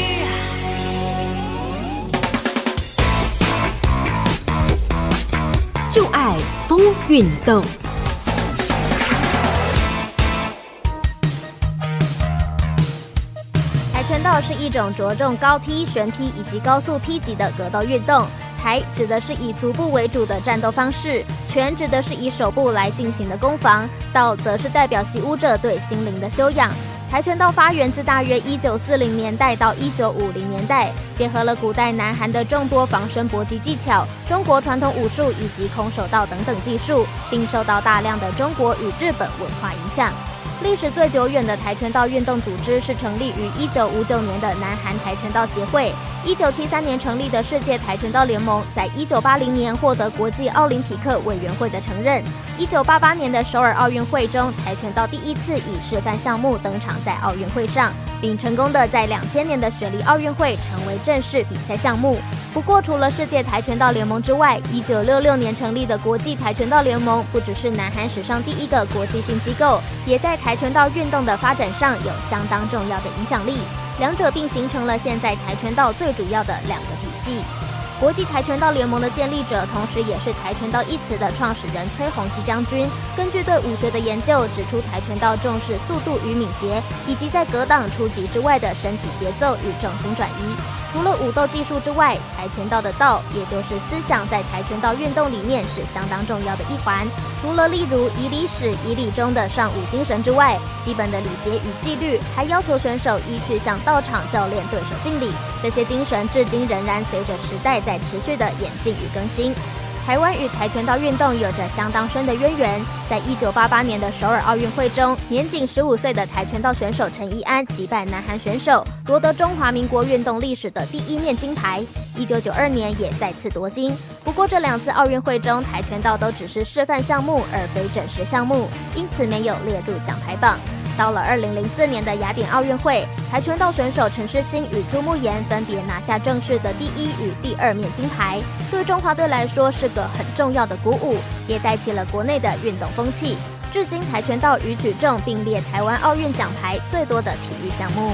Speaker 1: 就爱风运动。
Speaker 10: 跆拳道是一种着重高踢、悬踢以及高速踢击的格斗运动。跆指的是以足部为主的战斗方式，拳指的是以手部来进行的攻防，道则是代表习武者对心灵的修养。跆拳道发源自大约一九四零年代到一九五零年代，结合了古代南韩的众多防身搏击技巧、中国传统武术以及空手道等等技术，并受到大量的中国与日本文化影响。历史最久远的跆拳道运动组织是成立于一九五九年的南韩跆拳道协会，一九七三年成立的世界跆拳道联盟，在一九八零年获得国际奥林匹克委员会的承认。一九八八年的首尔奥运会中，跆拳道第一次以示范项目登场在奥运会上，并成功的在两千年的雪梨奥运会成为正式比赛项目。不过，除了世界跆拳道联盟之外，一九六六年成立的国际跆拳道联盟不只是南韩史上第一个国际性机构，也在跆拳道运动的发展上有相当重要的影响力。两者并形成了现在跆拳道最主要的两个体系。国际跆拳道联盟的建立者，同时也是跆拳道一词的创始人崔洪熙将军，根据对武学的研究，指出跆拳道重视速度与敏捷，以及在格挡、出击之外的身体节奏与重心转移。除了武斗技术之外，跆拳道的道，也就是思想，在跆拳道运动里面是相当重要的一环。除了例如以礼史、以礼中的尚武精神之外，基本的礼节与纪律，还要求选手依序向道场教练对手敬礼。这些精神至今仍然随着时代在持续的演进与更新。台湾与跆拳道运动有着相当深的渊源。在一九八八年的首尔奥运会中，年仅十五岁的跆拳道选手陈怡安击败南韩选手，夺得中华民国运动历史的第一面金牌。一九九二年也再次夺金。不过这两次奥运会中，跆拳道都只是示范项目，而非正式项目，因此没有列入奖牌榜。到了二零零四年的雅典奥运会，跆拳道选手陈诗欣与朱慕妍分别拿下正式的第一与第二面金牌，对中华队来说是个很重要的鼓舞，也带起了国内的运动风气。至今，跆拳道与举重并列台湾奥运奖牌最多的体育项目。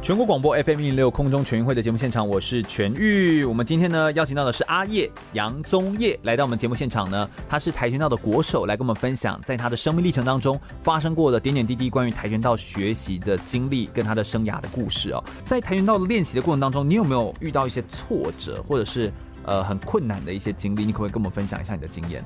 Speaker 2: 全国广播 FM 一零六空中全运会的节目现场，我是全玉。我们今天呢邀请到的是阿叶杨宗业来到我们节目现场呢，他是跆拳道的国手，来跟我们分享在他的生命历程当中发生过的点点滴滴关于跆拳道学习的经历跟他的生涯的故事哦。在跆拳道的练习的过程当中，你有没有遇到一些挫折或者是呃很困难的一些经历？你可不可以跟我们分享一下你的经验？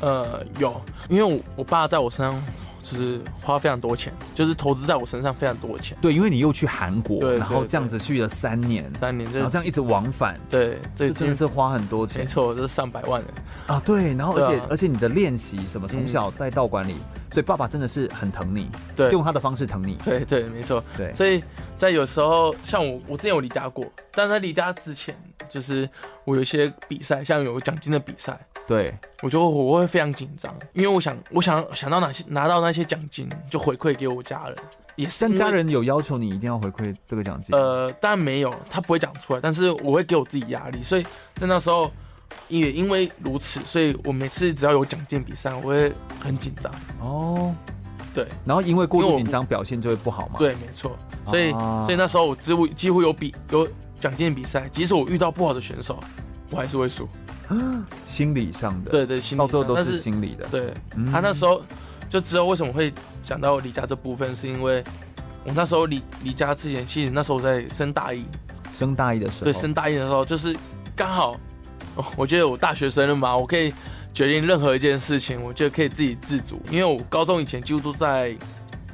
Speaker 3: 呃，有，因为我我爸在我身上就是花非常多钱，就是投资在我身上非常多钱。
Speaker 2: 对，因为你又去韩国，
Speaker 3: 对
Speaker 2: 然后
Speaker 3: 对
Speaker 2: 这样子去了三年，
Speaker 3: 三年
Speaker 2: 然后哦
Speaker 3: 这
Speaker 2: 这样一直往返，
Speaker 3: 对，这
Speaker 2: 这真的是花很多钱
Speaker 3: 没。错，这是上百万的。
Speaker 2: 啊，对，然后而
Speaker 3: 对
Speaker 2: 且、
Speaker 3: 啊嗯
Speaker 2: 而且你的练习什么，从小在道馆里，所以爸爸真的是很疼你，
Speaker 3: 对
Speaker 2: 用他的方式疼你，
Speaker 3: 对对，没错。
Speaker 2: 对，
Speaker 3: 所以在有时候，像我，我之前有离家过，但在离家之前，就是我有一些比赛，像有奖金的比赛，
Speaker 2: 对，
Speaker 3: 我就我会非常紧张，因为我想，我想想到哪些拿到那些奖金，就回馈给我家人，也是
Speaker 2: 但
Speaker 3: 因为
Speaker 2: 家人有要求你一定要回馈这个奖金，
Speaker 3: 呃，当然没有，他不会讲出来，但是我会给我自己压力，所以在那时候。也因为如此，所以我每次只要有奖金比赛，我会很紧张。
Speaker 2: 哦，
Speaker 3: 对
Speaker 2: 然后因为过
Speaker 3: 因
Speaker 2: 度
Speaker 3: 为我
Speaker 2: 紧张，表现就会不好嘛，，
Speaker 3: 对，没错。所以，
Speaker 2: 啊
Speaker 3: 所以那时候我几乎几乎有比有奖金比赛，即使我遇到不好的选手，我还是会输。
Speaker 2: 心理上的，
Speaker 3: 对对，心理
Speaker 2: 到最后
Speaker 3: 上
Speaker 2: 都
Speaker 3: 但
Speaker 2: 是
Speaker 3: 是
Speaker 2: 心理的，
Speaker 3: 对
Speaker 2: 嗯
Speaker 3: 他那时候就知道为什么会想到离家这部分，是因为我那时候离离家之前，其实那时候我在升大一，
Speaker 2: 升大一的时候，
Speaker 3: 对，升大一的时候就是刚好， 哦我觉得我大学生了嘛，我可以决定任何一件事情，我觉得可以自己自主，因为我高中以前几乎都在，
Speaker 2: 都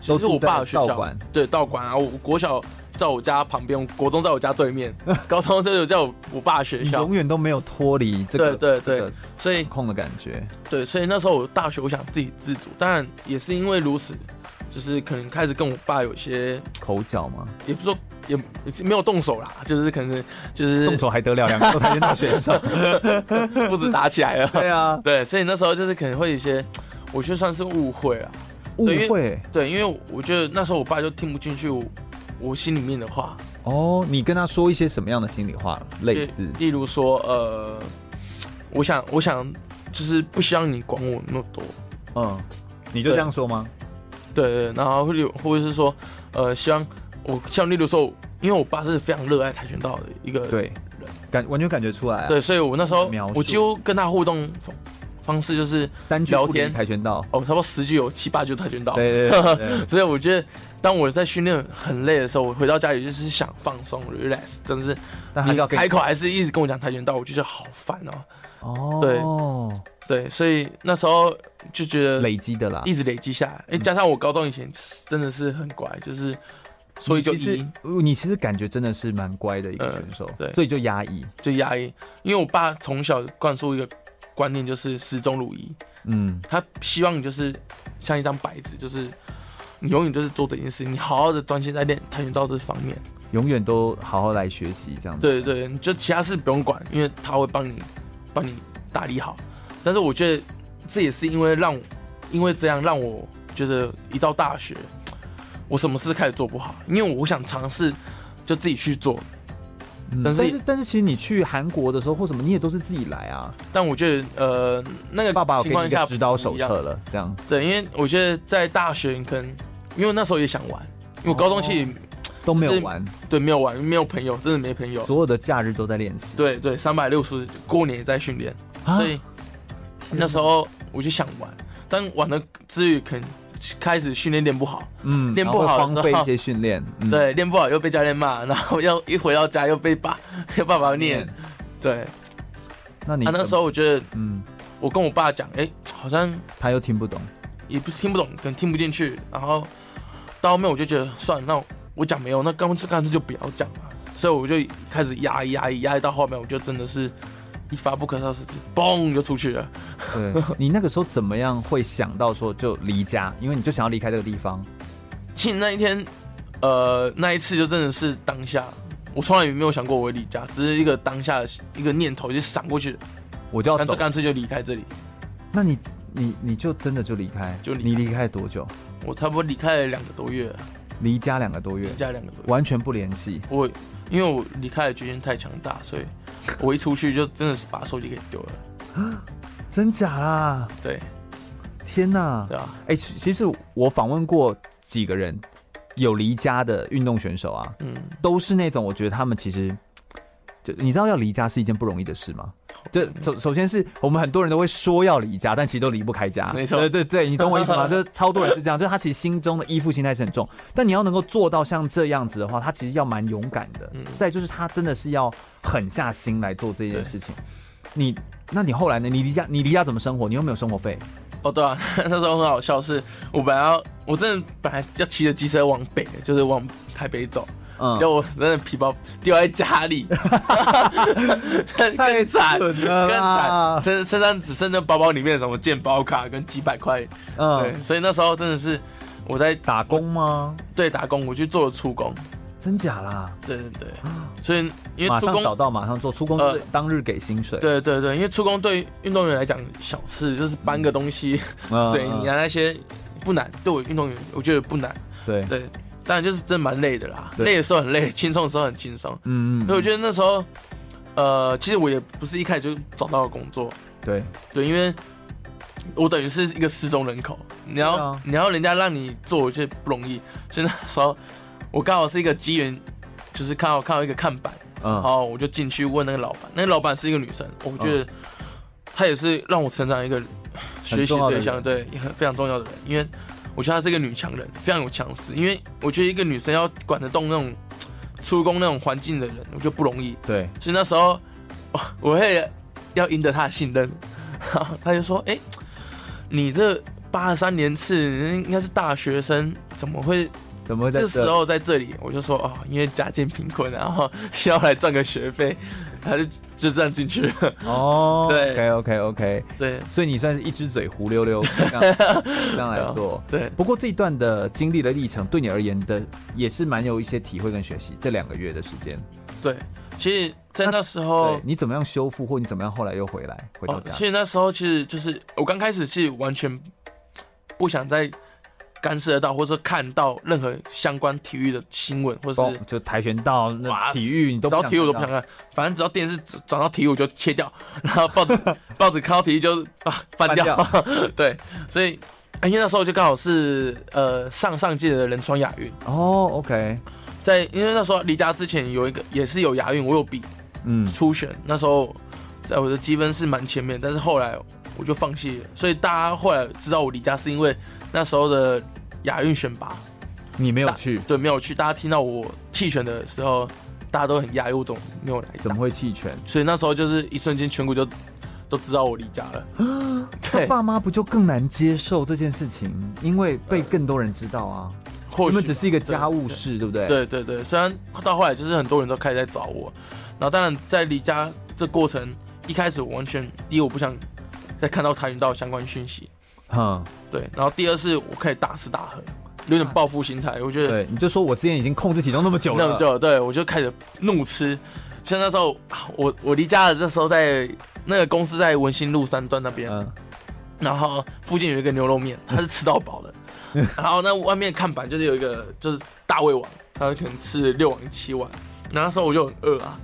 Speaker 3: 其实
Speaker 2: 住
Speaker 3: 我爸
Speaker 2: 在
Speaker 3: 的学
Speaker 2: 道
Speaker 3: 校
Speaker 2: 馆，
Speaker 3: 对道馆啊，我我国小在我家旁边，国中在我家对面，高中就在我我爸学
Speaker 2: 你
Speaker 3: 校
Speaker 2: 永。远都没有脱离这个
Speaker 3: 对对对
Speaker 2: 这个
Speaker 3: 所以
Speaker 2: 控的感觉。
Speaker 3: 对，所以那时候我大学我想自己自主，当然也是因为如此，就是可能开始跟我爸有些，
Speaker 2: 口角吗？
Speaker 3: 也不是说也也是没有动手啦，就是可能是就是
Speaker 2: 动手还得了，两个都跆拳道选手。
Speaker 3: 不止打起来了。
Speaker 2: 对啊，
Speaker 3: 对，所以那时候就是可能会有一些，我觉得算是误会啊。
Speaker 2: 误
Speaker 3: 对因为
Speaker 2: 会
Speaker 3: 对，因为我觉得那时候我爸就听不进去我我心里面的话，
Speaker 2: 哦，你跟他说一些什么样的心里话？类似
Speaker 3: 例如说，呃，我想，我想，就是不希望你管我那么多。
Speaker 2: 嗯，你就这样说吗？
Speaker 3: 对对，然后或者或者是说，呃，希望我像例如说，因为我爸是非常热爱跆拳道的一个
Speaker 2: 对，感完全感觉出来啊。
Speaker 3: 对，所以我那时候
Speaker 2: 描述
Speaker 3: 我几乎跟他互动方方式就是
Speaker 2: 三句
Speaker 3: 聊
Speaker 2: 不离
Speaker 3: 天，哦
Speaker 2: 跆拳道。
Speaker 3: 哦，差不多十句有七八句跆拳道。
Speaker 2: 对对对 对
Speaker 3: 所以我觉得，当我在训练很累的时候，我回到家里就是想放松 relax，但是
Speaker 2: 但还是
Speaker 3: 你
Speaker 2: 要跟你
Speaker 3: 开口还是一直跟我讲跆拳道，我就觉得好烦哦、
Speaker 2: 哦，
Speaker 3: 对，所以那时候就觉得
Speaker 2: 累积的啊啦。
Speaker 3: 一直累积下来，因为加上我高中以前真的是很乖，就是所以就
Speaker 2: 你其
Speaker 3: 一
Speaker 2: 实呃你其实感觉真的是蛮乖的一个
Speaker 3: 呃
Speaker 2: 选手，
Speaker 3: 对
Speaker 2: 所以就压抑。
Speaker 3: 就压抑，因为我爸从小灌输一个观念就是始终如一，
Speaker 2: 嗯，
Speaker 3: 他希望你就是像一张白纸，就是你永远就是做这件事，你好好的专心在练跆拳道这方面。
Speaker 2: 永远都好好来学习这样子。
Speaker 3: 对对对，你就其他事不用管，因为他会帮你帮你打理好。但是我觉得这也是因为让我因为这样让我觉得一到大学，我什么事开始做不好，因为我想尝试就自己去做。
Speaker 2: 嗯
Speaker 3: 但
Speaker 2: 但
Speaker 3: 是
Speaker 2: 是但是其实你去韩国的时候或什么，你也都是自己来啊。
Speaker 3: 但我觉得呃那个
Speaker 2: 爸爸，我
Speaker 3: 情
Speaker 2: 给你
Speaker 3: 况
Speaker 2: 一
Speaker 3: 下
Speaker 2: 个指导
Speaker 3: 不一
Speaker 2: 手册
Speaker 3: 样。
Speaker 2: 了，这样。
Speaker 3: 对，因为我觉得在大学你可能因为那时候也想玩，因为我高中其实、
Speaker 2: 都没
Speaker 3: 就
Speaker 2: 有
Speaker 3: 是哦
Speaker 2: 玩，
Speaker 3: 对没有玩，没有朋友，真的没朋友。
Speaker 2: 所有的假日都在练习。
Speaker 3: 对对，三百六十过年也在训练，
Speaker 2: 啊
Speaker 3: 所以那时候我就想玩，但玩的之余，可能开始训练练不好，
Speaker 2: 嗯，
Speaker 3: 练不
Speaker 2: 然
Speaker 3: 好
Speaker 2: 后
Speaker 3: 的
Speaker 2: 会
Speaker 3: 时候
Speaker 2: 荒废一些训练。嗯，
Speaker 3: 对，练不好又被教练骂，然后要一回到家又被爸 被爸爸念
Speaker 2: 念，
Speaker 3: 对。
Speaker 2: 那你
Speaker 3: 啊，那
Speaker 2: 怎
Speaker 3: 时候我觉得，
Speaker 2: 嗯，
Speaker 3: 我跟我爸讲，哎、好像
Speaker 2: 他又听不懂。
Speaker 3: 也不是听不懂，可能听不进去，然后到后面我就觉得，算了，那我我讲没有，那干脆干脆就不要讲了，所以我就开始压抑压抑压抑，到后面我就真的是一发不可收拾，嘣就出去了。
Speaker 2: 对 你那个时候怎么样会想到说就离家？因为你就想要离开这个地方。
Speaker 3: 其实那一天，呃，那一次就真的是当下，我从来也没有想过我会离家，只是一个当下的一个念头就闪过去，
Speaker 2: 我就要
Speaker 3: 干脆
Speaker 2: 走。
Speaker 3: 干脆就离开这里。
Speaker 2: 那你你你就真的就离开？
Speaker 3: 就离开
Speaker 2: 你离开多久？
Speaker 3: 我差不多离开了两个多月了，
Speaker 2: 离家两个多月
Speaker 3: 离，家两个多月。
Speaker 2: 完全不联系。
Speaker 3: 我因为我离开的局限太强大，所以我一出去就真的是把手机给丢了。
Speaker 2: 真假啦？
Speaker 3: 对
Speaker 2: 天哪！
Speaker 3: 对啊，
Speaker 2: 哎、其其实我访问过几个人，有离家的运动选手啊，
Speaker 3: 嗯，
Speaker 2: 都是那种我觉得他们其实，就你知道要离家是一件不容易的事吗？这
Speaker 3: 啊
Speaker 2: 首首先是我们很多人都会说要离家，但其实都离不开家。
Speaker 3: 没错
Speaker 2: 对对对，你懂我意思吗？就是超多人是这样，就是他其实心中的依附心态是很重，但你要能够做到像这样子的话，他其实要蛮勇敢的。
Speaker 3: 嗯
Speaker 2: 再就是他真的是要狠下心来做这件事情。你，那你后来呢？你离家，你离家怎么生活？你又没有生活费。
Speaker 3: 哦对啊， 那时候很好笑是，我本来要我真的本来要骑着机车往北，就是往台北走，
Speaker 2: 嗯，
Speaker 3: 就我真的皮包丢在 家里，太惨
Speaker 2: 蠢了
Speaker 3: 更
Speaker 2: 啦
Speaker 3: 惨，身身上只剩那包包里面什么健保卡跟几百块，对，
Speaker 2: 嗯，
Speaker 3: 所以那时候真的是我在
Speaker 2: 打工吗？
Speaker 3: 对打工，我去做了出工，
Speaker 2: 真假啦？
Speaker 3: 对对对，所以因为
Speaker 2: 啊马
Speaker 3: 出
Speaker 2: 上找
Speaker 3: 工，
Speaker 2: 到，马上做，出工
Speaker 3: 呃
Speaker 2: 就是当日给薪水。
Speaker 3: 对对对，因为出工对运动员来讲小事，就是搬个东西、
Speaker 2: 嗯，
Speaker 3: 水泥啊那些不难，对我运动员我觉得不难，
Speaker 2: 对，
Speaker 3: 对，当然就是真的蛮累的啦，
Speaker 2: 对
Speaker 3: 累的时候很累，轻松的时候很轻松，
Speaker 2: 嗯，
Speaker 3: 所以我
Speaker 2: 得
Speaker 3: 觉得那时候，呃，其实我也不是一开始就找到了工作，
Speaker 2: 对，
Speaker 3: 对，因为我等于是一个失踪人口，你要、
Speaker 2: 对啊
Speaker 3: 你要人家让你做，我觉得不容易。所以那时候我刚好是一个机缘，就是看到看到一个看板，
Speaker 2: 嗯
Speaker 3: 然，后我就进去问那个老板，那个老板是一个女生，我觉得她也是让我成长一个学习
Speaker 2: 啊重要的
Speaker 3: 对象，
Speaker 2: 人
Speaker 3: 对，也很非常重要的人，因为我觉得她是一个女强人，非常有强势，因为我觉得一个女生要管得动那种出工那种环境的人，我觉得不容易。
Speaker 2: 对，
Speaker 3: 所以那时候 我我会要赢得他的信任， 然后他就说：“哎、你这八十三年次你应该是大学生，怎么会
Speaker 2: 怎么会在
Speaker 3: 这时候在这里，我就说哦，因为家境贫困，然后 需要来赚个学费，他就就这样进去了。
Speaker 2: 哦，
Speaker 3: 对
Speaker 2: ，OK OK OK，
Speaker 3: 对，
Speaker 2: 所以你算是一只嘴胡 溜溜这样这样来做。
Speaker 3: 对，啊
Speaker 2: 不过这一段的经历的历程，对你而言的也是蛮有一些体会跟学习。这两个月的时间，
Speaker 3: 对，其实在那时候
Speaker 2: 对，你怎么样修复，或你怎么样后来又回来回到
Speaker 3: 哦，
Speaker 2: 家？
Speaker 3: 其实那时候其实就是我刚开始是完全不想再干涉到，或者说看到任何相关体育的新闻，或者
Speaker 2: 哦
Speaker 3: 是
Speaker 2: 就跆拳道、那
Speaker 3: 哇
Speaker 2: 体育，你都
Speaker 3: 只
Speaker 2: 不
Speaker 3: 要
Speaker 2: 想
Speaker 3: 体育我都不
Speaker 2: 看
Speaker 3: 想
Speaker 2: 到
Speaker 3: 看，反正只要电视转转到体育我就切掉，然后 报纸报纸看到体育就啊翻掉，对， 所以哎因为那时候就刚好是呃上上届的仁川亚运，
Speaker 2: 哦，OK，
Speaker 3: 在因为那时候离家之前有一个也是有亚运，我有比
Speaker 2: 嗯，
Speaker 3: 初选，那时候在我的积分是蛮前面，但是后来我就放弃了，所以大家后来知道我离家是因为那时候的亚运选拔，
Speaker 2: 你没有去，
Speaker 3: 对，没有去，大家听到我弃选的时候，大家都很压抑，我怎么没有来？
Speaker 2: 怎么会弃权？
Speaker 3: 所以那时候就是一瞬间，全国就都知道我离家了。
Speaker 2: 他爸妈不就更难接受这件事情，因为被更多人知道啊。
Speaker 3: 或许
Speaker 2: 你们只是一个家务事，对不对？
Speaker 3: 对对对，虽然到后来就是很多人都开始在找我，然后当然在离家这过程，一开始我完全第一我不想再看到跆拳道相关讯息，
Speaker 2: 哼，
Speaker 3: 对，然后第二是我开始大吃大喝，有点报复心态，我觉得
Speaker 2: 对，你就说我之前已经控制体重那么久了，
Speaker 3: 那么久了，对我就开始怒吃。像那时候啊我我离家了，这时候在那个公司在文心路三段那边，
Speaker 2: 嗯
Speaker 3: 然后附近有一个牛肉面，它是吃到饱 的。然后那外面看板就是有一个就是大胃王，他可能吃了六碗七碗。然后那时候我就很饿 啊，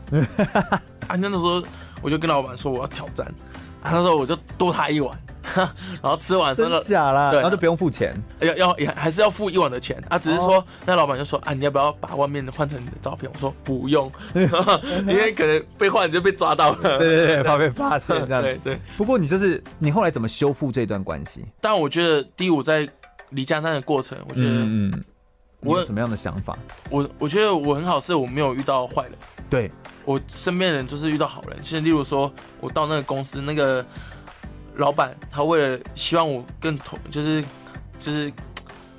Speaker 3: 啊那时候我就跟老板说我要挑战，啊那时候我就多他一碗， 然后吃完
Speaker 2: 真
Speaker 3: 那个
Speaker 2: 假啦，
Speaker 3: 对
Speaker 2: 然后就不用付钱。
Speaker 3: 要要也还是要付一碗的钱啊，只是说、
Speaker 2: 哦
Speaker 3: 那老板就说啊，你要不要把外面的换成你的照片？我说 不用，因为可能被换你就被抓到
Speaker 2: 对
Speaker 3: 了，
Speaker 2: 对对，怕被发现这样子。
Speaker 3: 对对。
Speaker 2: 不过你就是你后来怎么修复这段关系？
Speaker 3: 但我觉得第一，我在离家那的过程，我觉得、
Speaker 2: 嗯嗯，
Speaker 3: 我
Speaker 2: 我有什么样的想法？
Speaker 3: 我我觉得我很好，是我没有遇到坏人，
Speaker 2: 对，
Speaker 3: 我身边的人就是遇到好人。其实例如说，我到那个公司那个老板，他为了希望我更投，就是就是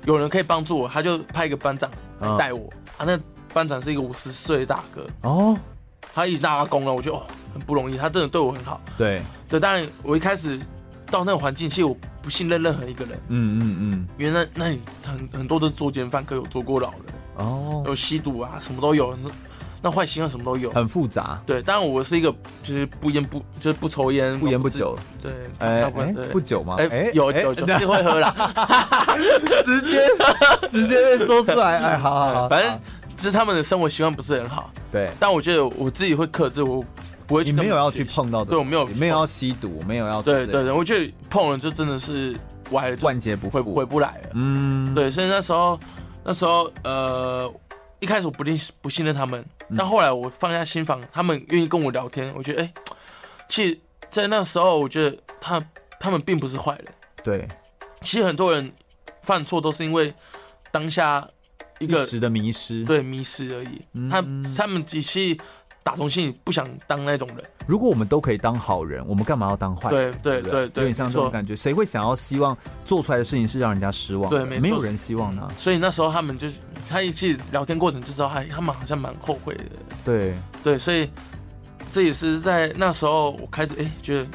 Speaker 3: 有人可以帮助我，他就派一个班长来带我、啊，那班长是一个五十岁的大哥。
Speaker 2: 哦，
Speaker 3: 他已经大阿公了，我就哦很不容易，他真的对我很好。
Speaker 2: 对，
Speaker 3: 对，当然我一开始到那个环境，其实我不信任任何一个人，
Speaker 2: 嗯嗯嗯，
Speaker 3: 因为那那里很很多都是作奸犯科，有坐过牢的，
Speaker 2: 哦，
Speaker 3: 有吸毒啊，什么都有，那坏习惯什么都有。
Speaker 2: 很复杂，
Speaker 3: 对，当然我是一个就是不烟不就是不抽烟
Speaker 2: 不烟不酒
Speaker 3: 不自对，
Speaker 2: 哎
Speaker 3: 大部分
Speaker 2: 哎
Speaker 3: 对
Speaker 2: 不酒吗哎
Speaker 3: 哎，有
Speaker 2: 哎
Speaker 3: 酒酒是会喝啦，
Speaker 2: 直接直接被说出来，哎，好好好，
Speaker 3: 反正只是他们的生活习惯不是很好，
Speaker 2: 对，
Speaker 3: 但我觉得我自己会克制，我不会去
Speaker 2: 你
Speaker 3: 跟
Speaker 2: 没有
Speaker 3: 他们
Speaker 2: 要
Speaker 3: 学
Speaker 2: 去
Speaker 3: 习
Speaker 2: 碰到这
Speaker 3: 对我
Speaker 2: 种，
Speaker 3: 没有
Speaker 2: 没有要吸毒，没有要
Speaker 3: 对
Speaker 2: 做
Speaker 3: 对
Speaker 2: 这
Speaker 3: 对，
Speaker 2: 个
Speaker 3: 我觉得碰了就真的是歪了，就
Speaker 2: 万劫不
Speaker 3: 回
Speaker 2: 复，
Speaker 3: 回不来了。
Speaker 2: 嗯，
Speaker 3: 对，所以那时候那时候呃，一开始我不定不信任他们，
Speaker 2: 嗯
Speaker 3: 但后来我放下心防，他们愿意跟我聊天，我觉得哎、其实，在那时候我觉得他他们并不是坏人，
Speaker 2: 对，
Speaker 3: 其实很多人犯错都是因为当下一个
Speaker 2: 一时的迷失，嗯
Speaker 3: 对迷失而已，他他们只是打从心里不想当那种人。
Speaker 2: 如果我们都可以当好人，我们干嘛要当坏人？
Speaker 3: 对对
Speaker 2: 不
Speaker 3: 对对
Speaker 2: 有点像这
Speaker 3: 没
Speaker 2: 种
Speaker 3: 错
Speaker 2: 感觉。谁会想要希望做出来的事情是让人家失望的？
Speaker 3: 对没错
Speaker 2: 没有人希望他。
Speaker 3: 嗯所以那时候他们就他一起聊天过程就知道，他他们好像蛮后悔的。
Speaker 2: 对
Speaker 3: 对，所以这也是在那时候我开始哎、觉得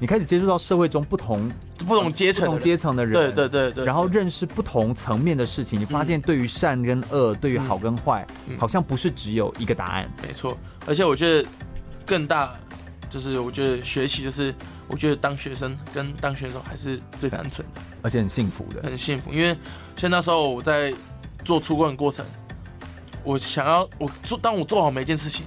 Speaker 2: 你开始接触到社会中不同
Speaker 3: 不同阶层的
Speaker 2: 不同
Speaker 3: 人
Speaker 2: 阶层的人，
Speaker 3: 对对对嗯对
Speaker 2: 然后认识不同层面的事情，你发现对于善跟
Speaker 3: 嗯
Speaker 2: 恶，对于好跟坏，好像不是只有一个答案。
Speaker 3: 没错，而且我觉得更大就是我觉得学习就是我觉得当学生跟当选手还是最单纯的，
Speaker 2: 而且很幸福的。
Speaker 3: 很幸福。因为像那时候我在做出关的过程，我想要我做当我做好每一件事情，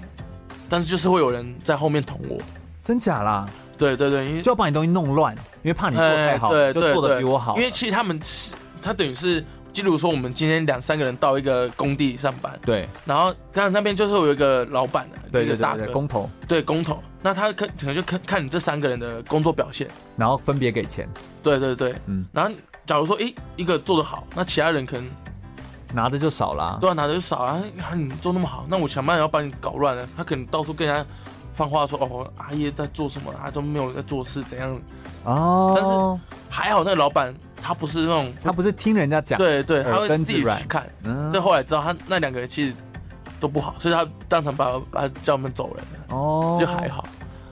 Speaker 3: 但是就是会有人在后面捅我。
Speaker 2: 真假啦？
Speaker 3: 对对对，因为
Speaker 2: 就要把你东西弄乱，因为怕你做太好，
Speaker 3: 哎对
Speaker 2: 就
Speaker 3: 对
Speaker 2: 做的
Speaker 3: 对
Speaker 2: 比我好。
Speaker 3: 因为其实他们是，他等于是，例如说我们今天两三个人到一个工地上班，
Speaker 2: 对
Speaker 3: 然后那那边就是有一个老板啊，
Speaker 2: 对
Speaker 3: 一个
Speaker 2: 对
Speaker 3: 大
Speaker 2: 对
Speaker 3: 哥
Speaker 2: 对，工头，
Speaker 3: 对工头，那他可可能就看看你这三个人的工作表现，
Speaker 2: 然后分别给钱，
Speaker 3: 对对对，
Speaker 2: 嗯，
Speaker 3: 然后假如说诶一个做的好，那其他人可能
Speaker 2: 拿的就少啦。
Speaker 3: 都要拿的就少啊，啊你做那么好，那我想办法要把你搞乱了，他可能到处跟人家放话说哦阿啊叶在做什么，他都没有在做事怎样，
Speaker 2: 哦，
Speaker 3: 还好那个老板他他不是那种
Speaker 2: 他不是听人家讲，
Speaker 3: 对对，他
Speaker 2: 耳
Speaker 3: 会
Speaker 2: 根
Speaker 3: 自
Speaker 2: 子
Speaker 3: 己
Speaker 2: 软
Speaker 3: 去看。
Speaker 2: 嗯
Speaker 3: 所以后来知道他那两个人其实都不好，所以他当场把把叫他们走人了，
Speaker 2: 哦
Speaker 3: 就还好。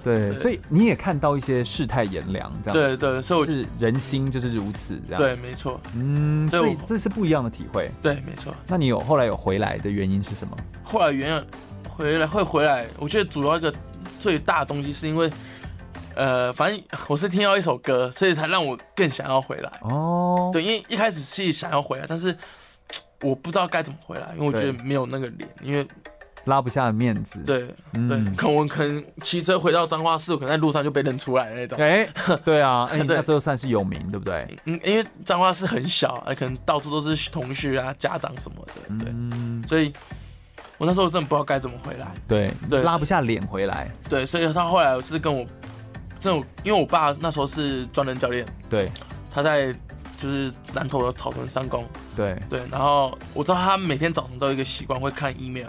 Speaker 2: 对，所以你也看到一些世态炎凉，这样
Speaker 3: 对对，所以我
Speaker 2: 是人心就是如此这样。
Speaker 3: 对，，没错，
Speaker 2: 嗯，
Speaker 3: 所以
Speaker 2: 所以
Speaker 3: 我
Speaker 2: 这是不一样的体会。
Speaker 3: 对，没错。
Speaker 2: 那你有后来有回来的原因是什么？
Speaker 3: 后来原来回来会回来，我觉得主要一个最大的东西是因为，呃，反正我是听到一首歌，所以才让我更想要回来。
Speaker 2: 哦，
Speaker 3: 对，因为一开始是想要回来，但是我不知道该怎么回来，因为我觉得没有那个脸，因为
Speaker 2: 拉不下面子。
Speaker 3: 对对
Speaker 2: 嗯，
Speaker 3: 可能我可能骑车回到彰化市，我可能在路上就被认出来 的那种。
Speaker 2: 哎，对 啊，哎，你
Speaker 3: 对
Speaker 2: 那时候算是有名，对不对？
Speaker 3: 嗯，因为彰化市很小，哎，可能到处都是同学啊、家长什么的，
Speaker 2: 嗯
Speaker 3: 对，所以我那时候真的不知道该怎么回来。
Speaker 2: 对
Speaker 3: 对
Speaker 2: 拉不下脸回来。
Speaker 3: 对，所以他后来是跟我，这种因为我爸那时候是专人教练，
Speaker 2: 对
Speaker 3: 他在就是南投的草屯三公，
Speaker 2: 对，
Speaker 3: 对，然后我知道他每天早上都有一个习惯会看 email，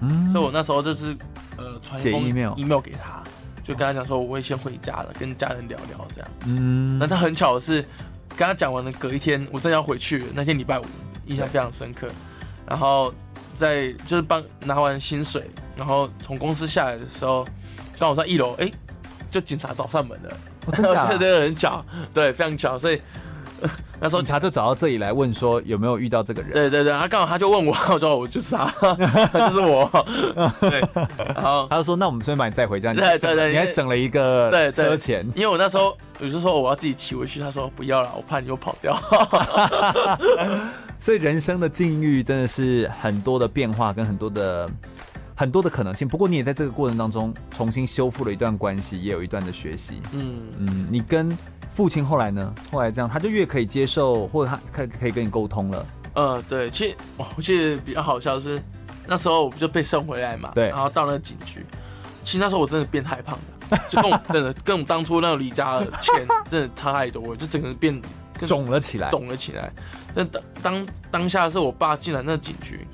Speaker 2: 嗯
Speaker 3: 所以我那时候就是呃传一封
Speaker 2: 写 email
Speaker 3: email 给他，就跟他讲说我会先回家了，跟家人聊聊这样。
Speaker 2: 嗯
Speaker 3: 那他很巧的是，跟他讲完了，隔一天我正要回去，那天礼拜五印象非常深刻。然后在就是帮拿完薪水，然后从公司下来的时候，刚好在一楼，哎，就警察找上门了。
Speaker 2: 哦真假
Speaker 3: 对对，很巧，对，非常巧，所以。 呃那时候
Speaker 2: 警察就找到这里来问说有没有遇到这个人。
Speaker 3: 对对对，他刚好他就问我， 我说我就是他，就 是我，对，然后
Speaker 2: 他就说：“那我们顺便把你载回家，你
Speaker 3: 对对对
Speaker 2: 你还
Speaker 3: 因为
Speaker 2: 省了一个
Speaker 3: 对对
Speaker 2: 呃车钱。
Speaker 3: 因为我那时候我就说我要自己骑回去，他说不要了，我怕你又跑掉。
Speaker 2: 所以人生的境遇真的是很多的变化跟很多的很多的可能性。不过你也在这个过程当中重新修复了一段关系，也有一段的学习。
Speaker 3: 嗯，
Speaker 2: 嗯，你跟父亲后来呢？后来这样，他就越可以接受，或者他可可以跟你沟通了。
Speaker 3: 呃，对，其实哇我记得比较好笑的是那时候我不就被送回来嘛，
Speaker 2: 对
Speaker 3: 然后到那个警局，其实那时候我真的变太胖了，就跟我 真的跟我当初那个离家的钱真的差太多，我就整个人变跟
Speaker 2: 肿了起来，
Speaker 3: 肿了起来。那当当当下是我爸进来那警局，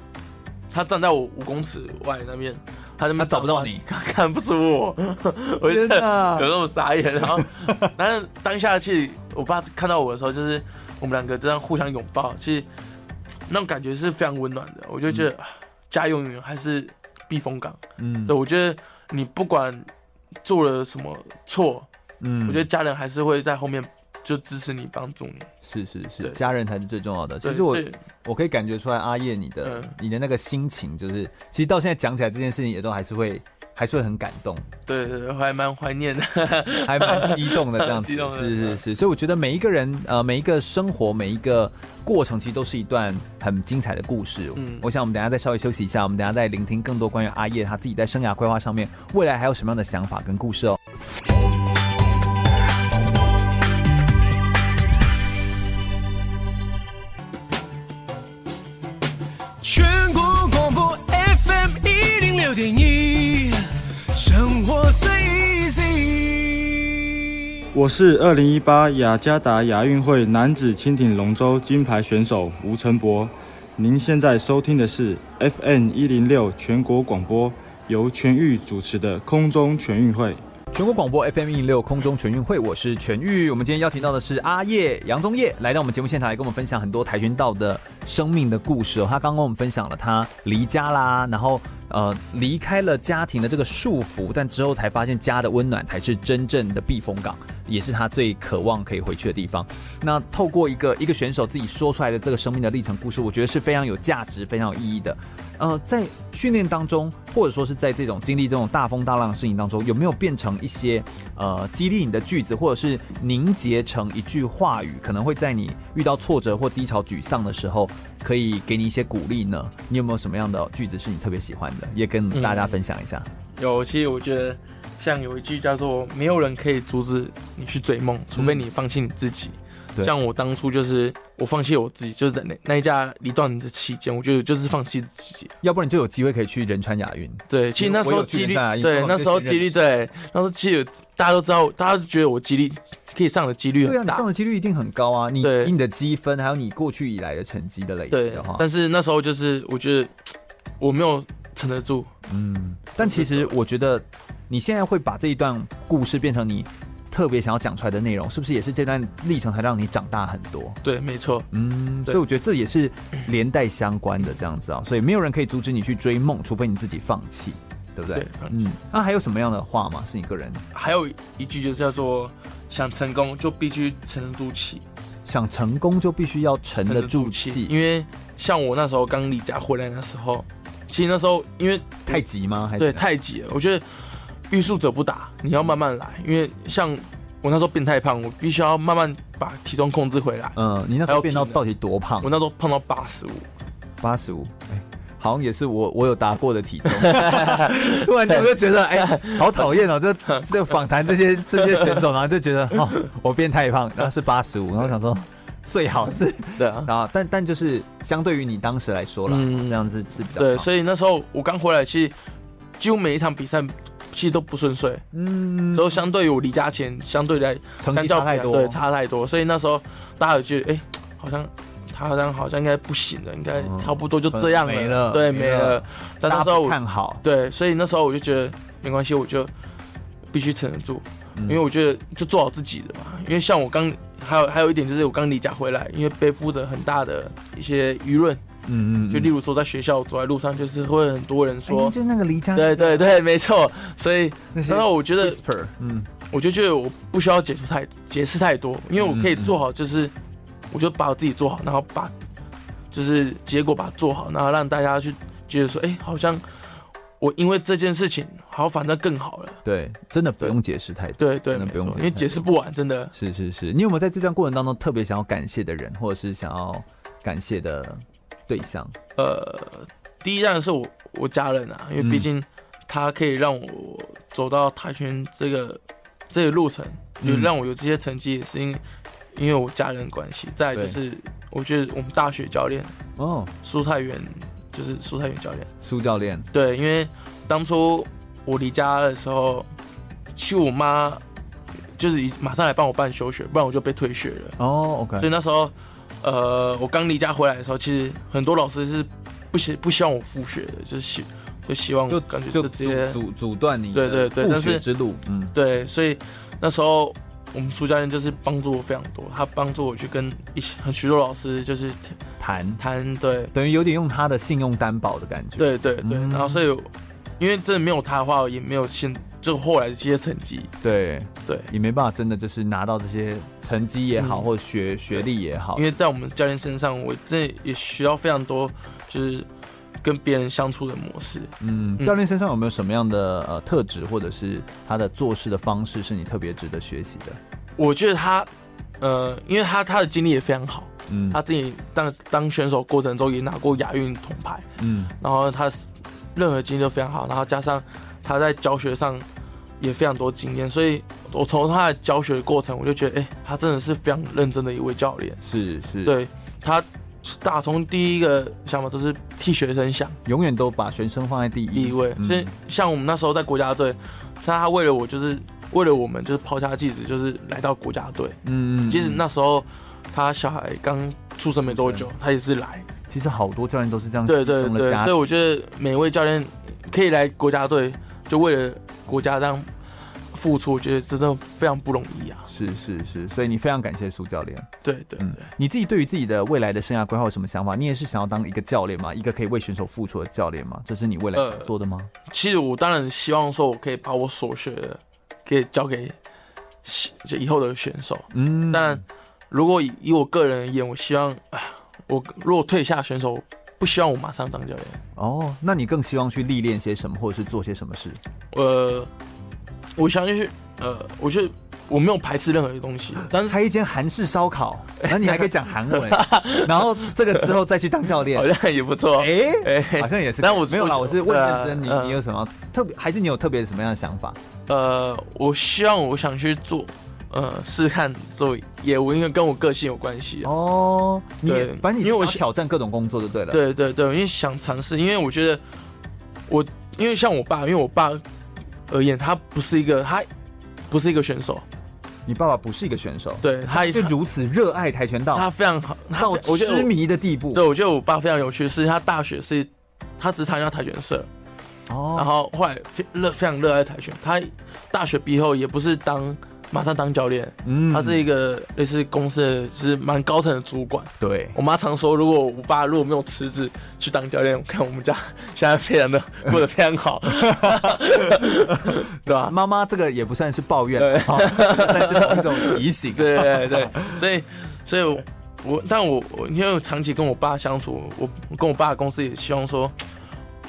Speaker 3: 他站在我五公尺外那边，他那边
Speaker 2: 找不到你，
Speaker 3: 看 看不出我，我就
Speaker 2: 天哪
Speaker 3: 有那么傻眼。 然后，但是当下其实我爸看到我的时候，就是我们两个这样互相拥抱，其实那种感觉是非常温暖的。我就觉得、啊家永远还是避风港。
Speaker 2: 嗯
Speaker 3: 对，我觉得你不管做了什么错，
Speaker 2: 嗯
Speaker 3: 我觉得家人还是会在后面就支持你、帮助你。
Speaker 2: 是是是，
Speaker 3: 对
Speaker 2: 家人才是最重要的。其
Speaker 3: 对
Speaker 2: 实我
Speaker 3: 所以
Speaker 2: 我可以感觉出来，阿叶你的、
Speaker 3: 嗯
Speaker 2: 你的那个心情，就是其实到现在讲起来这件事情，也都还是会还是会很感动。
Speaker 3: 对对，对还蛮怀念的。
Speaker 2: 还蛮激动的这样子
Speaker 3: 激动，的
Speaker 2: 是是是，所以我觉得每一个人呃，每一个生活，每一个过程，其实都是一段很精彩的故事。嗯
Speaker 3: 嗯，
Speaker 2: 我想我们等一下再稍微休息一下，我们等一下再聆听更多关于阿叶他自己在生涯规划上面未来还有什么样的想法跟故事哦。
Speaker 4: 全国广播 FM 一零六点一，生活最 easy。
Speaker 11: 我是二零一八雅加达亚运会男子轻艇龙舟金牌选手吴成博。您现在收听的是 FN 一零六全国广播，由全域主持的空中全运会。
Speaker 2: 全国广播 FM 一六空中全运会，我是全玉。我们今天邀请到的是阿叶杨宗业来到我们节目现场，来跟我们分享很多跆拳道的生命的故事哦。他刚刚跟我们分享了他离家啦，然后呃离开了家庭的这个束缚，但之后才发现家的温暖才是真正的避风港，也是他最渴望可以回去的地方。那透过一个一个选手自己说出来的这个生命的历程故事，我觉得是非常有价值、非常有意义的。呃，在训练当中，或者说是在这种经历这种大风大浪的事情当中，有没有变成一些呃激励你的句子，或者是凝结成一句话语，可能会在你遇到挫折或低潮、沮丧的时候，可以给你一些鼓励呢？你有没有什么样的句子是你特别喜欢的，也跟大家分享一下？
Speaker 3: 有，其实我觉得像有一句叫做“没有人可以阻止你去追
Speaker 11: 嗯
Speaker 3: 梦，除非你放弃你自己”
Speaker 2: 对
Speaker 3: 像我当初就是我放弃我自己，就是在那那一家离断的期间，我觉得就是放弃自己。
Speaker 2: 要不然你就有机会可以去仁川亚运。
Speaker 3: 对，其实那时
Speaker 2: 我
Speaker 3: 候
Speaker 2: 有去
Speaker 3: 几率
Speaker 2: 人大，因为
Speaker 3: 对
Speaker 2: 我，
Speaker 3: 那时候
Speaker 2: 就是
Speaker 3: 几率，对，那时候其实大家都知道，大家都觉得我几率可以上的几率
Speaker 2: 对啊，
Speaker 3: 很
Speaker 2: 你
Speaker 3: 大
Speaker 2: 上，的几率一定很高啊！你
Speaker 3: 对
Speaker 2: 以你的积分，还有你过去以来的成绩的累积
Speaker 3: 对
Speaker 2: 的话，
Speaker 3: 但是那时候就是我觉得我没有撑得住，
Speaker 2: 嗯，但其实我觉得你现在会把这一段故事变成你特别想要讲出来的内容，是不是也是这段历程才让你长大很多？
Speaker 3: 对，没错，
Speaker 2: 嗯，
Speaker 3: 对
Speaker 2: 所以我觉得这也是连带相关的这样子啊，所以没有人可以阻止你去追梦，除非你自己放弃，对不对？
Speaker 3: 对放
Speaker 2: 嗯，那、还有什么样的话吗？是你个人
Speaker 3: 还有一句就是叫做想成功就必须沉得住气，
Speaker 2: 想成功就必须要沉得住气，
Speaker 3: 因为像我那时候刚离家回来那时候，其实那时候因为
Speaker 2: 太急吗？还是
Speaker 3: 对太急了，我觉得欲速则不达，你要慢慢来，因为像我那时候变太胖，我必须要慢慢把体重控制回来。
Speaker 2: 嗯，你那时
Speaker 3: 还
Speaker 2: 候
Speaker 3: 有
Speaker 2: 变到
Speaker 3: 体能
Speaker 2: 到底多胖啊
Speaker 3: 我？那时候胖到八十五，
Speaker 2: 八十五，哎好像也是我我有达过的体重。 突然间我就觉得，哎、好讨厌哦！这这访谈这些这些选手，然后就觉得，哦，我变太胖，然后是八十五，然后想说。最好是，
Speaker 3: 对啊，
Speaker 2: 然后但但就是相对于你当时来说啦，这样子是比较
Speaker 3: 嗯对，
Speaker 2: 好
Speaker 3: 所以那时候我刚回来，其实几乎每一场比赛其实都不顺遂，
Speaker 2: 嗯，
Speaker 3: 之后相对于我离家前，相对来
Speaker 2: 成绩
Speaker 3: 相较
Speaker 2: 差太
Speaker 3: 比较
Speaker 2: 多
Speaker 3: 对，差太多，所以那时候大家有觉得，哎、好像他好像好像应该不行了，应该差不多就这样了，
Speaker 2: 嗯没了
Speaker 3: 对，
Speaker 2: 没
Speaker 3: 没
Speaker 2: 了
Speaker 3: 了。但那
Speaker 2: 大
Speaker 3: 时
Speaker 2: 家
Speaker 3: 候
Speaker 2: 不
Speaker 3: 我
Speaker 2: 看好，
Speaker 3: 对，所以那时候我就觉得没关系，我就必须撑得住，
Speaker 2: 嗯
Speaker 3: 因为我觉得就做好自己的嘛。因为像我刚还有还有一点就是我刚离家回来，因为背负着很大的一些舆论，
Speaker 2: 嗯嗯嗯
Speaker 3: 就例如说在学校走在路上，就是会很多人
Speaker 2: 哎
Speaker 3: 说，
Speaker 2: 就是那个离家
Speaker 3: 对对对，没错。所以那时候我觉得，
Speaker 2: whisper，嗯，
Speaker 3: 我就觉得我不需要解释太解释太多，因为我可以做好，就是我就把我自己做好，然后把就是结果把它做好，然后让大家去觉得说，哎、好像我因为这件事情，好，反正更好了。
Speaker 2: 对，真的不用解释太多，
Speaker 3: 对对，
Speaker 2: 真的
Speaker 3: 没
Speaker 2: 不
Speaker 3: 错
Speaker 2: 用，解
Speaker 3: 因
Speaker 2: 释
Speaker 3: 为
Speaker 2: 太
Speaker 3: 解释不完，真的。
Speaker 2: 是是是，你有没有在这段过程当中特别想要感谢的人，或者是想要感谢的对象？
Speaker 3: 呃，第一当然是我我家人啊，
Speaker 2: 嗯
Speaker 3: 因为毕竟他可以让我走到跆拳这个这个路程，就
Speaker 2: 嗯
Speaker 3: 让我有这些成绩，也是因因为我家人的关系。再来就
Speaker 2: 对
Speaker 3: 是我觉得我们大学教练
Speaker 2: 哦，
Speaker 3: 苏太元，就是苏太元教练，
Speaker 2: 苏教练，
Speaker 3: 对，因为当初我离家的时候，其实我妈就是已马上来帮我办休学，不然我就被退学了。
Speaker 2: 哦，OK，
Speaker 3: 所以那时候，呃，我刚离家回来的时候，其实很多老师是不希不希望我复学的，就是希就希望
Speaker 2: 就
Speaker 3: 感觉
Speaker 2: 就
Speaker 3: 就直接
Speaker 2: 阻阻阻断你
Speaker 3: 对
Speaker 2: 的
Speaker 3: 对对
Speaker 2: 复
Speaker 3: 但
Speaker 2: 学
Speaker 3: 是
Speaker 2: 之路，嗯，
Speaker 3: 对，所以那时候我们苏教练就是帮助我非常多，他帮助我去跟一些很许多老师就是
Speaker 2: 谈
Speaker 3: 谈对
Speaker 2: 等于有点用他的信用担保的感觉，
Speaker 3: 对对对，然后所以因为真的没有他的话，也没有现就后来的这些成绩，
Speaker 2: 对
Speaker 3: 对，
Speaker 2: 也没办法真的就是拿到这些成绩也好，
Speaker 3: 嗯
Speaker 2: 或者学学历也好，
Speaker 3: 因为在我们教练身上，我真的也学到非常多，就是跟别人相处的模式。
Speaker 2: 嗯，教练身上有没有什么样的呃特质，或者是他的做事的方式是你特别值得学习的？
Speaker 3: 我觉得他，呃，因为他他的经历也非常好，
Speaker 2: 嗯
Speaker 3: 他自己当当选手过程中也拿过亚运铜牌，
Speaker 2: 嗯，
Speaker 3: 然后他任何经历都非常好，然后加上他在教学上也非常多经验，所以我从他的教学的过程，我就觉得，哎、他真的是非常认真的一位教练。
Speaker 2: 是是，
Speaker 3: 对，他打从第一个想法都是替学生想。
Speaker 2: 永远都把学生放在第一
Speaker 3: 地位。
Speaker 2: 嗯
Speaker 3: 所以像我们那时候在国家队，像他为了我就是为了我们就是抛家弃子，就是来到国家队。
Speaker 2: 嗯嗯
Speaker 3: 其实那时候他小孩刚出生没多久，他也是来。
Speaker 2: 其实好多教练都是这样，
Speaker 3: 对对对，所以我觉得每一位教练可以来国家队，就为了国家这样付出，我觉得真的非常不容易啊。
Speaker 2: 是是是，所以你非常感谢苏教练。
Speaker 3: 对对
Speaker 2: 嗯，你自己对于自己的未来的生涯规划有什么想法？你也是想要当一个教练吗？一个可以为选手付出的教练吗？这是你未来想做的吗？
Speaker 3: 其实我当然希望说，我可以把我所学的可以交给就以后的选手。
Speaker 2: 嗯，
Speaker 3: 但如果以以我个人而言，我希望，哎呀，我如果退下选手，不希望我马上当教练。
Speaker 2: 哦，那你更希望去历练些什么，或者是做些什么事？
Speaker 3: 呃，我相信是，呃，我觉得我没有排斥任何东西，但是
Speaker 2: 开一间韩式烧烤，那你还可以讲韩 文，然后这个之后再去当教练，
Speaker 3: 好像也不错。
Speaker 2: 哎
Speaker 3: 哎
Speaker 2: 好像也是可以。
Speaker 3: 但我
Speaker 2: 没有啦，我是问认真，你
Speaker 3: 对啊
Speaker 2: 你有什么特别，还是你有特别什么样的想法？
Speaker 3: 呃，我希望我想去做，呃，试试看做业务，因为跟我个性有关系啊。
Speaker 2: 哦，你也
Speaker 3: 对
Speaker 2: 反正你
Speaker 3: 因为我
Speaker 2: 想
Speaker 3: 是
Speaker 2: 挑战各种工作就对了。
Speaker 3: 对对对，因为想尝试，因为我觉得我，因为像我爸，因为我爸而言，他不是一个，他不是一个选手，
Speaker 2: 你爸爸不是一个选手，
Speaker 3: 对他
Speaker 2: 就如此热爱跆拳道，
Speaker 3: 他非常好，他
Speaker 2: 到
Speaker 3: 我觉得我
Speaker 2: 痴迷的地步。
Speaker 3: 对，我觉得我爸非常有趣，是他大学是他只参加跆拳社，
Speaker 2: 哦
Speaker 3: 然后后来非热非常热爱跆拳，他大学毕业后也不是当马上当教练，
Speaker 2: 嗯
Speaker 3: 他是一个类似公司的，就是蛮高层的主管。
Speaker 2: 对，
Speaker 3: 我妈常说，如果我爸如果没有辞职去当教练，我看我们家 现在非常的过得非常好。 对吧？
Speaker 2: 妈妈这个也不算是抱怨， 好算是某一种提醒。
Speaker 3: 对对对，所以所以我，我但我我因为我长期跟我爸相处，我我跟我爸的公司也希望说，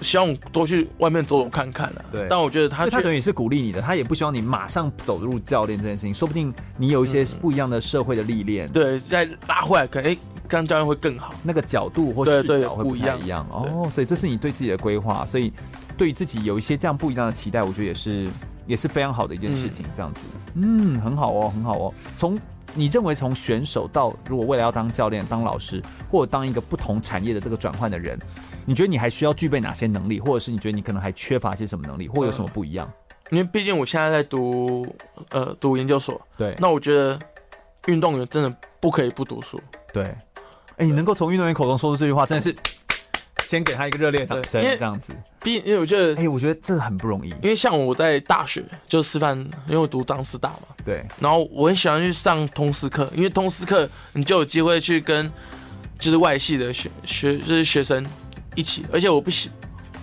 Speaker 3: 希望我多去外面走走看看啊。
Speaker 2: 对，
Speaker 3: 但我觉得他
Speaker 2: 所以 他
Speaker 3: 却
Speaker 2: 等于是鼓励你的，他也不希望你马上走入教练这件事情，说不定你有一
Speaker 3: 嗯
Speaker 2: 些不一样的社会的历练，
Speaker 3: 对再拉回来，可能哎，当教练会更好。
Speaker 2: 那个角度或
Speaker 3: 对
Speaker 2: 视
Speaker 3: 对
Speaker 2: 角会
Speaker 3: 不
Speaker 2: 不
Speaker 3: 一
Speaker 2: 太
Speaker 3: 样
Speaker 2: 一样哦。所以这是你对自己的规划，所以对自己有一些这样不一样的期待，我觉得也是也是非常好的一件事情。这样子，嗯，很好哦，很好哦。从你认为从选手到如果未来要当教练、当老师，或者当一个不同产业的这个转换的人，你觉得你还需要具备哪些能力，或者是你觉得你可能还缺乏些什么能力，或有什么不一样？
Speaker 3: 因为毕竟我现在在读呃读研究所，
Speaker 2: 对
Speaker 3: 那我觉得运动员真的不可以不读书，
Speaker 2: 对，哎、你能够从运动员口中说出这句话，真的是先给他一个热烈的掌声，
Speaker 3: 因为
Speaker 2: 这样子。
Speaker 3: 毕因为我觉得
Speaker 2: 哎、我觉得这很不容易。
Speaker 3: 因为像我在大学就师范，因为我读张师大嘛，
Speaker 2: 对，
Speaker 3: 然后我很喜欢去上通识课，因为通识课你就有机会去跟就是外系的学学就是学生一起，而且我不喜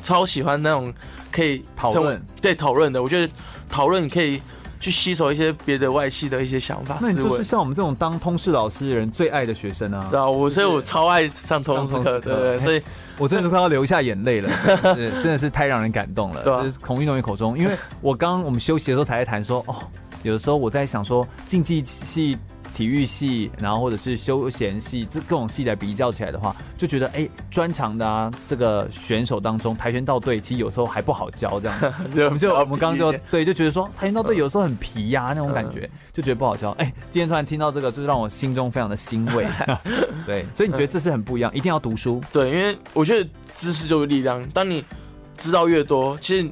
Speaker 3: 超喜欢那种可以
Speaker 2: 讨论
Speaker 3: 成对讨论的，我觉得讨论你可以去吸收一些别的外系的一些想法
Speaker 2: 那你
Speaker 3: 思
Speaker 2: 就是
Speaker 3: 维。
Speaker 2: 像我们这种当通识老师的人最爱的学生啊。
Speaker 3: 对啊，我所以我超爱上通识课，对对，对所以
Speaker 2: 我真的是快要流下眼泪了，真的是真的是太让人感动了。
Speaker 3: 对啊
Speaker 2: 就是从运动员口中，因为我刚刚我们休息的时候才在谈说，哦，有的时候我在想说竞技系。体育系，然后或者是休闲系，这各种系来比较起来的话，就觉得哎，专长的啊，这个选手当中，跆拳道队其实有时候还不好教， 这样子。我们就我们刚刚就对，就觉得说跆拳道
Speaker 3: 嗯
Speaker 2: 队有时候很皮呀、那种感觉，就觉得不好教。哎、今天突然听到这个，就是让我心中非常的欣慰。 对，所以你觉得这是很不一样，一定要读书。
Speaker 3: 对，因为我觉得知识就是力量。当你知道越多，其实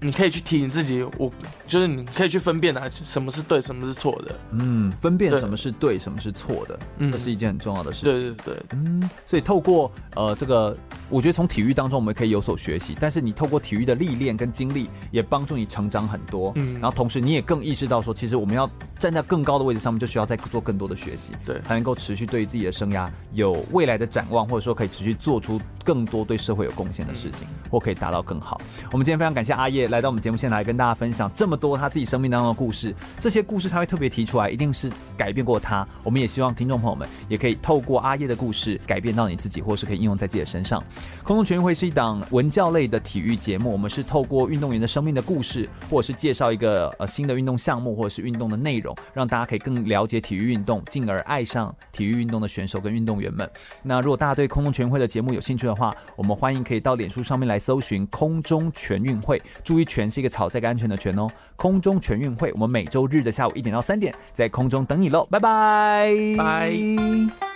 Speaker 3: 你可以去提醒自己，我就是你可以去分辨啊，什么是对，什么是错的。
Speaker 2: 嗯，分辨什么是对，什么是错的，
Speaker 3: 嗯
Speaker 2: 这是一件很重要的事情。
Speaker 3: 对对对，
Speaker 2: 嗯，所以透过呃这个，我觉得从体育当中我们可以有所学习，但是你透过体育的历练跟经历，也帮助你成长很多。
Speaker 3: 嗯
Speaker 2: 然后同时你也更意识到说，其实我们要站在更高的位置上面，就需要再做更多的学习，
Speaker 3: 对，
Speaker 2: 才能够持续对于自己的生涯有未来的展望，或者说可以持续做出更多对社会有贡献的事情，
Speaker 3: 嗯
Speaker 2: 或可以达到更好。我们今天非常感谢阿叶来到我们节目现场，来跟大家分享这么多他自己生命当中的故事。这些故事他会特别提出来，一定是改变过他。我们也希望听众朋友们也可以透过阿叶的故事，改变到你自己，或是可以应用在自己的身上。空中全运会是一档文教类的体育节目，我们是透过运动员的生命的故事，或者是介绍一个呃新的运动项目，或者是运动的内容，让大家可以更了解体育运动，进而爱上体育运动的选手跟运动员们。那如果大家对空中全运会的节目有兴趣的话，我们欢迎可以到脸书上面来搜寻“空中全运会”，注意“全”是一个草在一个安全的“全”哦。空中全运会，我们每周日的下午一点到三点在空中等你喽，拜拜，
Speaker 3: 拜。